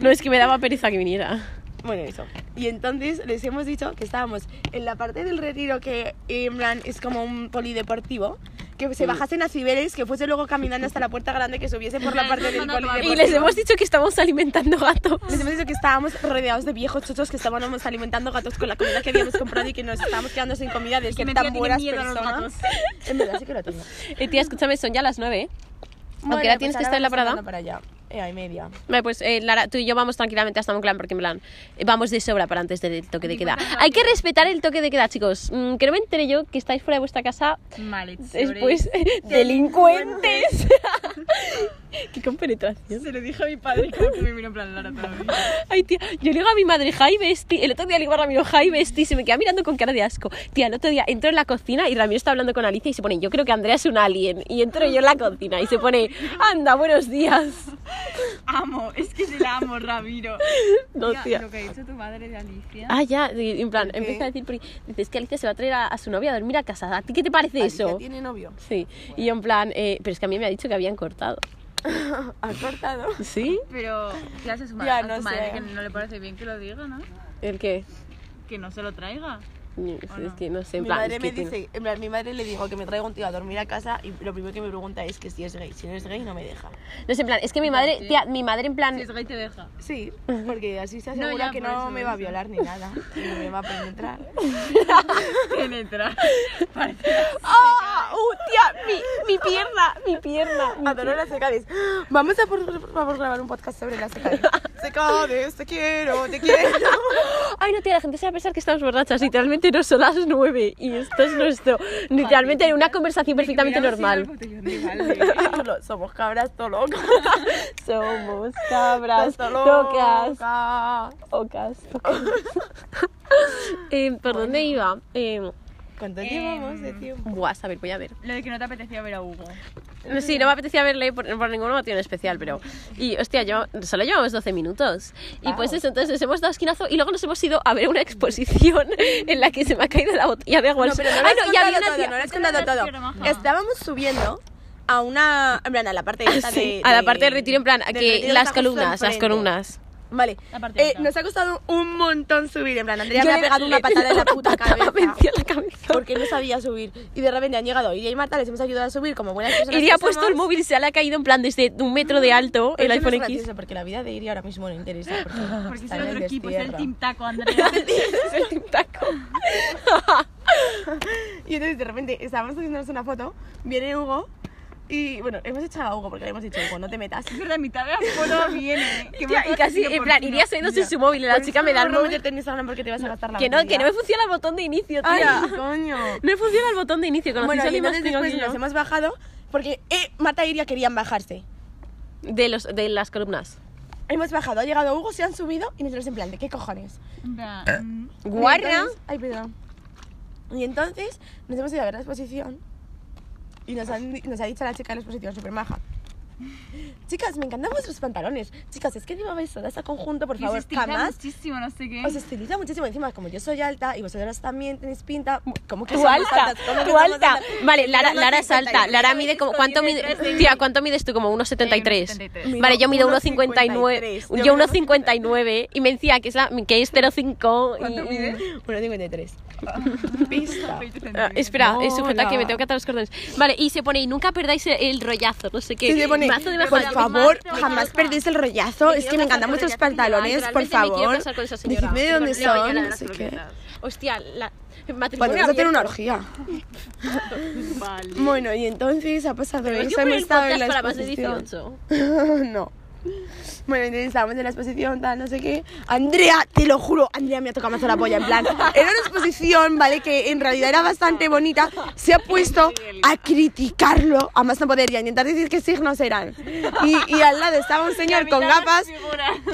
Speaker 4: No, es que me daba pereza que viniera.
Speaker 3: Bueno, eso. Y entonces les hemos dicho que estábamos en la parte del retiro que en plan es como un polideportivo. Que se bajasen a Ciberes, que fuese luego caminando hasta la puerta grande, que subiese por la parte del polideportivo.
Speaker 4: Y les hemos dicho que estamos alimentando gatos.
Speaker 3: Les hemos dicho que estábamos rodeados de viejos chochos que estábamos alimentando gatos con la comida que habíamos comprado y que nos estábamos quedando sin comida de ser
Speaker 5: mi
Speaker 3: tan
Speaker 5: tía tiene
Speaker 3: buenas
Speaker 5: miedo a los
Speaker 3: personas. <laughs> En verdad sí que lo tengo.
Speaker 4: Eh, tía, escúchame, son ya las nueve.
Speaker 3: Bueno,
Speaker 4: hora
Speaker 3: pues
Speaker 4: tienes que
Speaker 3: ahora
Speaker 4: estar en la
Speaker 3: vamos
Speaker 4: parada?
Speaker 3: andando Para allá. Eh, hay media.
Speaker 4: Vale, pues eh, Lara, tú y yo vamos tranquilamente hasta Monclan porque en plan eh, vamos de sobra para antes del toque de queda. Hay que respetar el toque de queda, chicos. Mm, que no me entere yo que estáis fuera de vuestra casa
Speaker 5: Malhechores.
Speaker 4: <laughs> después delincuentes. Qué compenetración.
Speaker 5: Se lo dije a mi padre como que me miró en plan Lara todavía.
Speaker 4: Ay, tía, yo le digo a mi madre, Jaime Besti. El otro día le digo a Ramiro, Jaime Besti. Se me queda mirando con cara de asco. Tía, el otro día entro en la cocina y Ramiro está hablando con Alicia y se pone, yo creo que Andrea es un alien. Y entro yo en la cocina y se pone, anda, buenos días.
Speaker 5: Amo, es que se la amo, Ramiro.
Speaker 4: No, tía.
Speaker 5: Lo que ha dicho tu madre de Alicia.
Speaker 4: Ah, ya, y- en plan, empieza a decir, porque dices que Alicia se va a traer a, a su novia a dormir a casa. ¿A ti qué te parece
Speaker 3: Alicia
Speaker 4: eso?
Speaker 3: tiene novio.
Speaker 4: Sí, y yo en plan, eh, pero es que a mí me ha dicho que habían cortado.
Speaker 3: Ha cortado.
Speaker 4: ¿Sí?
Speaker 5: Pero, ¿qué haces, ma-
Speaker 3: Ya,
Speaker 5: a tu
Speaker 3: no
Speaker 5: madre
Speaker 3: sé.
Speaker 5: que no le parece bien que lo diga, ¿no?
Speaker 4: ¿El qué?
Speaker 5: Que no se lo traiga.
Speaker 4: Es, es que no sé, en
Speaker 3: Mi
Speaker 4: plan.
Speaker 3: madre
Speaker 4: es
Speaker 3: me
Speaker 4: que tiene-
Speaker 3: dice, en plan, mi madre le dijo que me traiga un tío a dormir a casa y lo primero que me pregunta es que si es gay. Si no es gay, no me deja.
Speaker 4: No sé, en plan, es que mi madre, tía, mi madre en plan.
Speaker 5: Si es gay te <laughs> deja.
Speaker 3: Sí, porque así se
Speaker 5: No,
Speaker 3: asegura
Speaker 5: ya,
Speaker 3: que
Speaker 5: por
Speaker 3: no
Speaker 5: eso,
Speaker 3: me va a
Speaker 5: eso.
Speaker 3: violar ni nada. Y no me va a penetrar.
Speaker 5: Penetra.
Speaker 4: ¡Ah! ¡Uh, tía! Mi, mi pierna, mi pierna.
Speaker 3: Adoro las secades. Vamos a por, por favor grabar un podcast sobre las
Speaker 4: <laughs>
Speaker 3: secades. Secades,
Speaker 4: este
Speaker 3: te quiero, te quiero.
Speaker 4: Ay, no, tía, la gente se va a pensar que estamos borrachas. Literalmente no son las nueve. Y esto es nuestro. Literalmente una conversación perfectamente normal.
Speaker 3: Chulo, Somos cabras todo locas.
Speaker 4: <laughs> Somos cabras
Speaker 3: todo
Speaker 4: locas.
Speaker 3: locas.
Speaker 4: Ocas. ocas. Eh, ¿Por dónde iba? Eh,
Speaker 3: ¿Cuánto llevamos de tiempo?
Speaker 4: buah, a ver, voy a ver.
Speaker 5: Lo de que no te apetecía ver a Hugo.
Speaker 4: No, sí, no me apetecía verle por, por ningún motivo en especial, pero... Y, hostia, yo, solo llevamos 12 minutos. Y pues eso, entonces nos hemos dado esquinazo y luego nos hemos ido a ver una exposición <laughs> en la que se me ha caído la botella de agua. al suelo. Ay, no, y había una tía-
Speaker 3: no lo has contado
Speaker 5: Era una
Speaker 3: todo.
Speaker 5: tía maja.
Speaker 3: Estábamos subiendo a una... En plan, a la parte esta
Speaker 4: Sí,
Speaker 3: de,
Speaker 4: a la
Speaker 3: de-
Speaker 4: parte del retiro, en plan, a
Speaker 3: Eh, del
Speaker 4: que
Speaker 3: retiro
Speaker 4: las
Speaker 3: está justo
Speaker 4: columnas, las
Speaker 3: enfrente.
Speaker 4: columnas.
Speaker 3: Vale.
Speaker 5: La parte
Speaker 3: Eh,
Speaker 5: alta.
Speaker 3: nos ha costado un montón subir. En plan, Andrea
Speaker 4: Yo
Speaker 3: me ha
Speaker 4: le-
Speaker 3: pegado una
Speaker 4: le-
Speaker 3: patada en la
Speaker 4: <laughs> una
Speaker 3: puta
Speaker 4: patada
Speaker 3: cabeza.
Speaker 4: <laughs> me metí en la cabeza.
Speaker 3: Porque no sabía subir. Y de repente han llegado Iria y Marta, les hemos ayudado a subir como buenas personas.
Speaker 4: Iría ha
Speaker 3: que somos.
Speaker 4: puesto el móvil y se le ha caído en plan desde un metro de alto el
Speaker 3: Eso no
Speaker 4: iPhone
Speaker 3: es
Speaker 4: X.
Speaker 3: gracioso, porque la vida de Iria ahora mismo no interesa.
Speaker 4: <laughs>
Speaker 3: Porque,
Speaker 5: Porque es
Speaker 3: está
Speaker 5: el
Speaker 3: en
Speaker 5: otro equipo, es el
Speaker 3: destierro.
Speaker 5: Team Taco, Andrea.
Speaker 4: Es
Speaker 3: ¿eh?
Speaker 4: <laughs> el Team Taco.
Speaker 3: Y entonces de repente estábamos haciéndonos una foto, viene Hugo y bueno, hemos echado a Hugo porque le hemos dicho, Hugo, no te metas.
Speaker 5: Es verdad, mitad de la foto viene. eh. Que
Speaker 4: Tía,
Speaker 5: me
Speaker 4: y casi, en plan, iría saliéndose su móvil y la chica me da el
Speaker 3: no
Speaker 4: móvil.
Speaker 3: meterte en Instagram porque te vas a gastar la
Speaker 4: Que no, que
Speaker 3: batería.
Speaker 4: no me funciona el botón de inicio,
Speaker 3: Ay,
Speaker 4: tía.
Speaker 3: coño.
Speaker 4: <laughs> No me funciona el botón de inicio, conocí
Speaker 3: Bueno,
Speaker 4: a
Speaker 3: y
Speaker 4: alguien más
Speaker 3: entonces
Speaker 4: pringado
Speaker 3: después
Speaker 4: que yo.
Speaker 3: nos hemos bajado porque eh, Marta e Iria querían bajarse.
Speaker 4: De, los, de las columnas.
Speaker 3: Hemos bajado, ha llegado Hugo, se han subido y nosotros en plan, ¿de qué cojones?
Speaker 5: En plan, mm,
Speaker 3: Y
Speaker 4: Guarra.
Speaker 3: entonces- ay, perdón. Y entonces nos hemos ido a ver la exposición y nos, han di- nos ha dicho la chica de la exposición, súper maja. Chicas, me encantan vuestros pantalones. Chicas, es que llevabais todas a conjunto, por
Speaker 5: que se
Speaker 3: favor,
Speaker 5: estira
Speaker 3: jamás.
Speaker 5: muchísimo, no sé qué.
Speaker 3: Os estiliza muchísimo. Encima, como yo soy alta y vosotras también tenéis pinta. como que
Speaker 4: Tú
Speaker 3: somos
Speaker 4: alta,
Speaker 3: altas? ¿Cómo que
Speaker 4: tú
Speaker 3: somos
Speaker 4: alta.
Speaker 3: altas?
Speaker 4: Vale, Lara,
Speaker 3: Yo
Speaker 4: Lara
Speaker 3: tengo
Speaker 4: es alta.
Speaker 3: 53.
Speaker 4: Lara mide como. ¿Cuánto mide? Tía, ¿cuánto mides tú? Como 1,73.
Speaker 5: 1,73.
Speaker 4: Vale, yo mido
Speaker 3: Mido
Speaker 4: 1,59.
Speaker 3: 1,53.
Speaker 4: Yo 1,59. Y me decía que es, la, que es 0,5. y-
Speaker 5: ¿Cuánto
Speaker 4: y-
Speaker 5: mide?
Speaker 3: 1,53. Pista.
Speaker 4: Ah, espera,
Speaker 3: No,
Speaker 4: es sujeta que me
Speaker 3: Lara.
Speaker 4: tengo que atar los cordones. Vale, y se pone, y nunca perdáis el, el rollazo, no sé qué.
Speaker 3: Sí, se pone,
Speaker 4: mazo de
Speaker 3: por
Speaker 4: mazo".
Speaker 3: favor,
Speaker 5: mazo,
Speaker 3: jamás
Speaker 5: mazo".
Speaker 3: perdéis el rollazo. Es que me encantan vuestros pantalones, por
Speaker 4: Realmente me quiero
Speaker 3: favor.
Speaker 4: casar con esa señora.
Speaker 3: Decidme de dónde
Speaker 4: Sí, bueno,
Speaker 3: son.
Speaker 4: le voy a
Speaker 3: no sé
Speaker 4: las
Speaker 3: qué.
Speaker 4: Hostia, la matrimonio.
Speaker 3: Podemos hacer
Speaker 4: abierto.
Speaker 3: una
Speaker 4: <laughs>
Speaker 3: orgía. Bueno, y entonces ha pasado
Speaker 4: Yo
Speaker 3: eso.
Speaker 4: por el
Speaker 3: Hemos estado en la
Speaker 4: podcast para más de
Speaker 3: exposición. <laughs>
Speaker 4: 18.
Speaker 3: no. Bueno, entonces estábamos en la exposición, tal, no sé qué. Andrea, te lo juro, Andrea me ha tocado mazo la polla, en plan. Era una exposición, ¿vale? Que en realidad era bastante bonita. Se ha puesto a criticarlo a más no poder y a intentar decir qué signos eran. Y, y al lado estaba un señor con gafas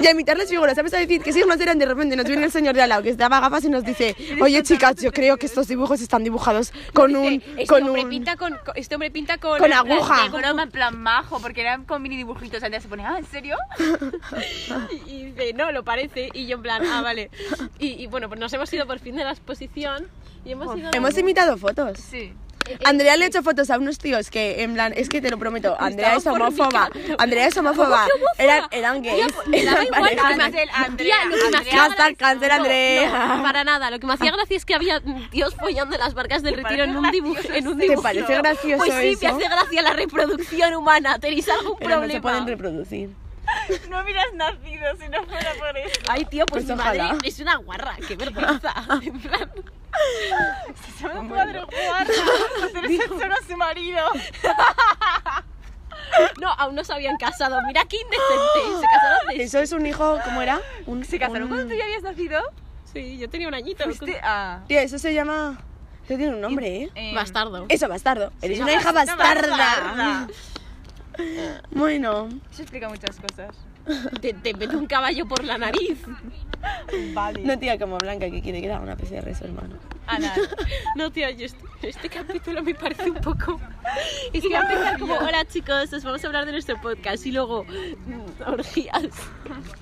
Speaker 3: y a imitar las figuras. Se ha empezado a decir qué signos eran. De repente nos viene el señor de al lado que estaba gafas y nos dice: Oye, chicas, yo creo que estos dibujos están dibujados con un.
Speaker 4: Dice, este,
Speaker 3: Con
Speaker 4: hombre
Speaker 3: un.
Speaker 4: pinta con, con- este hombre pinta con...
Speaker 3: Con aguja.
Speaker 5: Con un plan majo, porque eran con mini dibujitos. Andrea se pone, ah, ¿en
Speaker 1: serio? Y, y dice, no, lo parece. Y yo en plan, ah, vale. Y, y bueno, pues nos hemos ido por fin de la exposición y hemos ido...
Speaker 3: Hemos imitado fotos.
Speaker 5: Sí.
Speaker 3: Andrea le ha hecho fotos a unos tíos que, en plan, es que te lo prometo, Andrea es homófoba. Andrea es homófoba. Eran, eran gays. <laughs>
Speaker 1: Me daba pues, igual lo que me
Speaker 5: Cancel,
Speaker 1: hacía-
Speaker 5: Andrea,
Speaker 1: Tía, lo que me hacía
Speaker 3: Hashtag
Speaker 1: gracia-
Speaker 3: cancel,
Speaker 1: no,
Speaker 3: Andrea. <laughs>
Speaker 1: no, para nada. Lo que me hacía gracia es que había tíos follando en las barcas del retiro en un dibujo. En un
Speaker 3: ¿Te
Speaker 1: dibujo.
Speaker 3: parece gracioso
Speaker 1: Pues sí, me
Speaker 3: eso?
Speaker 1: hace gracia la <laughs> reproducción humana. ¿Tenéis algún
Speaker 3: Pero no se
Speaker 1: problema?
Speaker 3: pueden reproducir.
Speaker 5: No hubieras nacido si no fuera por eso.
Speaker 1: Ay, tío, pues,
Speaker 3: Pues
Speaker 1: mi
Speaker 3: ojalá.
Speaker 1: madre es una guarra. Qué vergüenza. En plan,
Speaker 5: Tu madre jugar. Hacer solo a su marido.
Speaker 1: no, aún no se habían casado. Mira qué indecente. Se casaron de...
Speaker 3: Eso es un hijo, ¿cómo era? Un,
Speaker 5: ¿Se casaron
Speaker 3: un-
Speaker 5: cuando tú ya habías nacido?
Speaker 1: Sí, yo tenía un añito.
Speaker 5: Fuiste a...
Speaker 3: Tía, eso se llama. Eso tiene un nombre, ¿eh?
Speaker 5: eh,
Speaker 1: Bastardo.
Speaker 3: Eso, bastardo. Eres
Speaker 5: no,
Speaker 3: una hija
Speaker 5: una
Speaker 3: bastarda.
Speaker 5: bastarda.
Speaker 3: <laughs> Bueno,
Speaker 5: Eso explica muchas cosas.
Speaker 1: Te, te mete un caballo por la nariz.
Speaker 5: Vale.
Speaker 3: no tía como Blanca que quiere que le haga una PCR a su hermano.
Speaker 5: Ana,
Speaker 1: No, tío, yo este, este capítulo me parece un poco... Es que va a empezar como, hola chicos, os vamos a hablar de nuestro podcast y luego mm, orgías.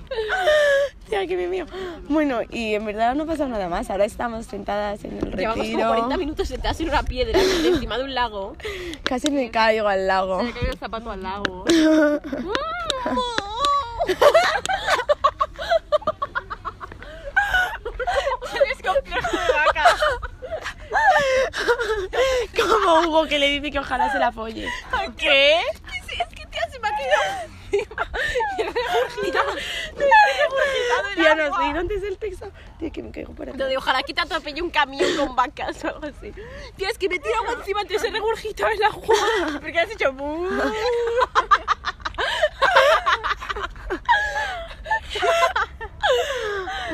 Speaker 3: <laughs> Tía, qué bien mío. Bueno, y en verdad no pasa nada más. Ahora estamos sentadas en el
Speaker 1: Llevamos como
Speaker 3: retiro.
Speaker 1: 40 minutos sentadas en una piedra <laughs> de encima de un lago.
Speaker 3: Casi me caigo al lago.
Speaker 1: Me cayó el zapato al
Speaker 3: <laughs>
Speaker 1: lago.
Speaker 3: Como Hugo que le dice que ojalá se la folle.
Speaker 1: ¿Qué? Es que tía se me ha quedado.
Speaker 3: Tía, nos leí antes el texto. Tía, que me caigo para
Speaker 1: Lo
Speaker 3: atrás.
Speaker 1: de ojalá que te atropelle un camión con vacas o algo así. Tía, es que me tira agua encima antes de regurgitar el agua.
Speaker 5: porque has hecho mu.
Speaker 3: <laughs>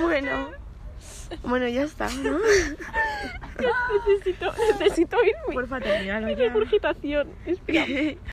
Speaker 3: Bueno. Bueno, ya está, ¿no?
Speaker 1: Necesito, necesito irme.
Speaker 3: Porfa, termina
Speaker 1: Regurgitación. Espera.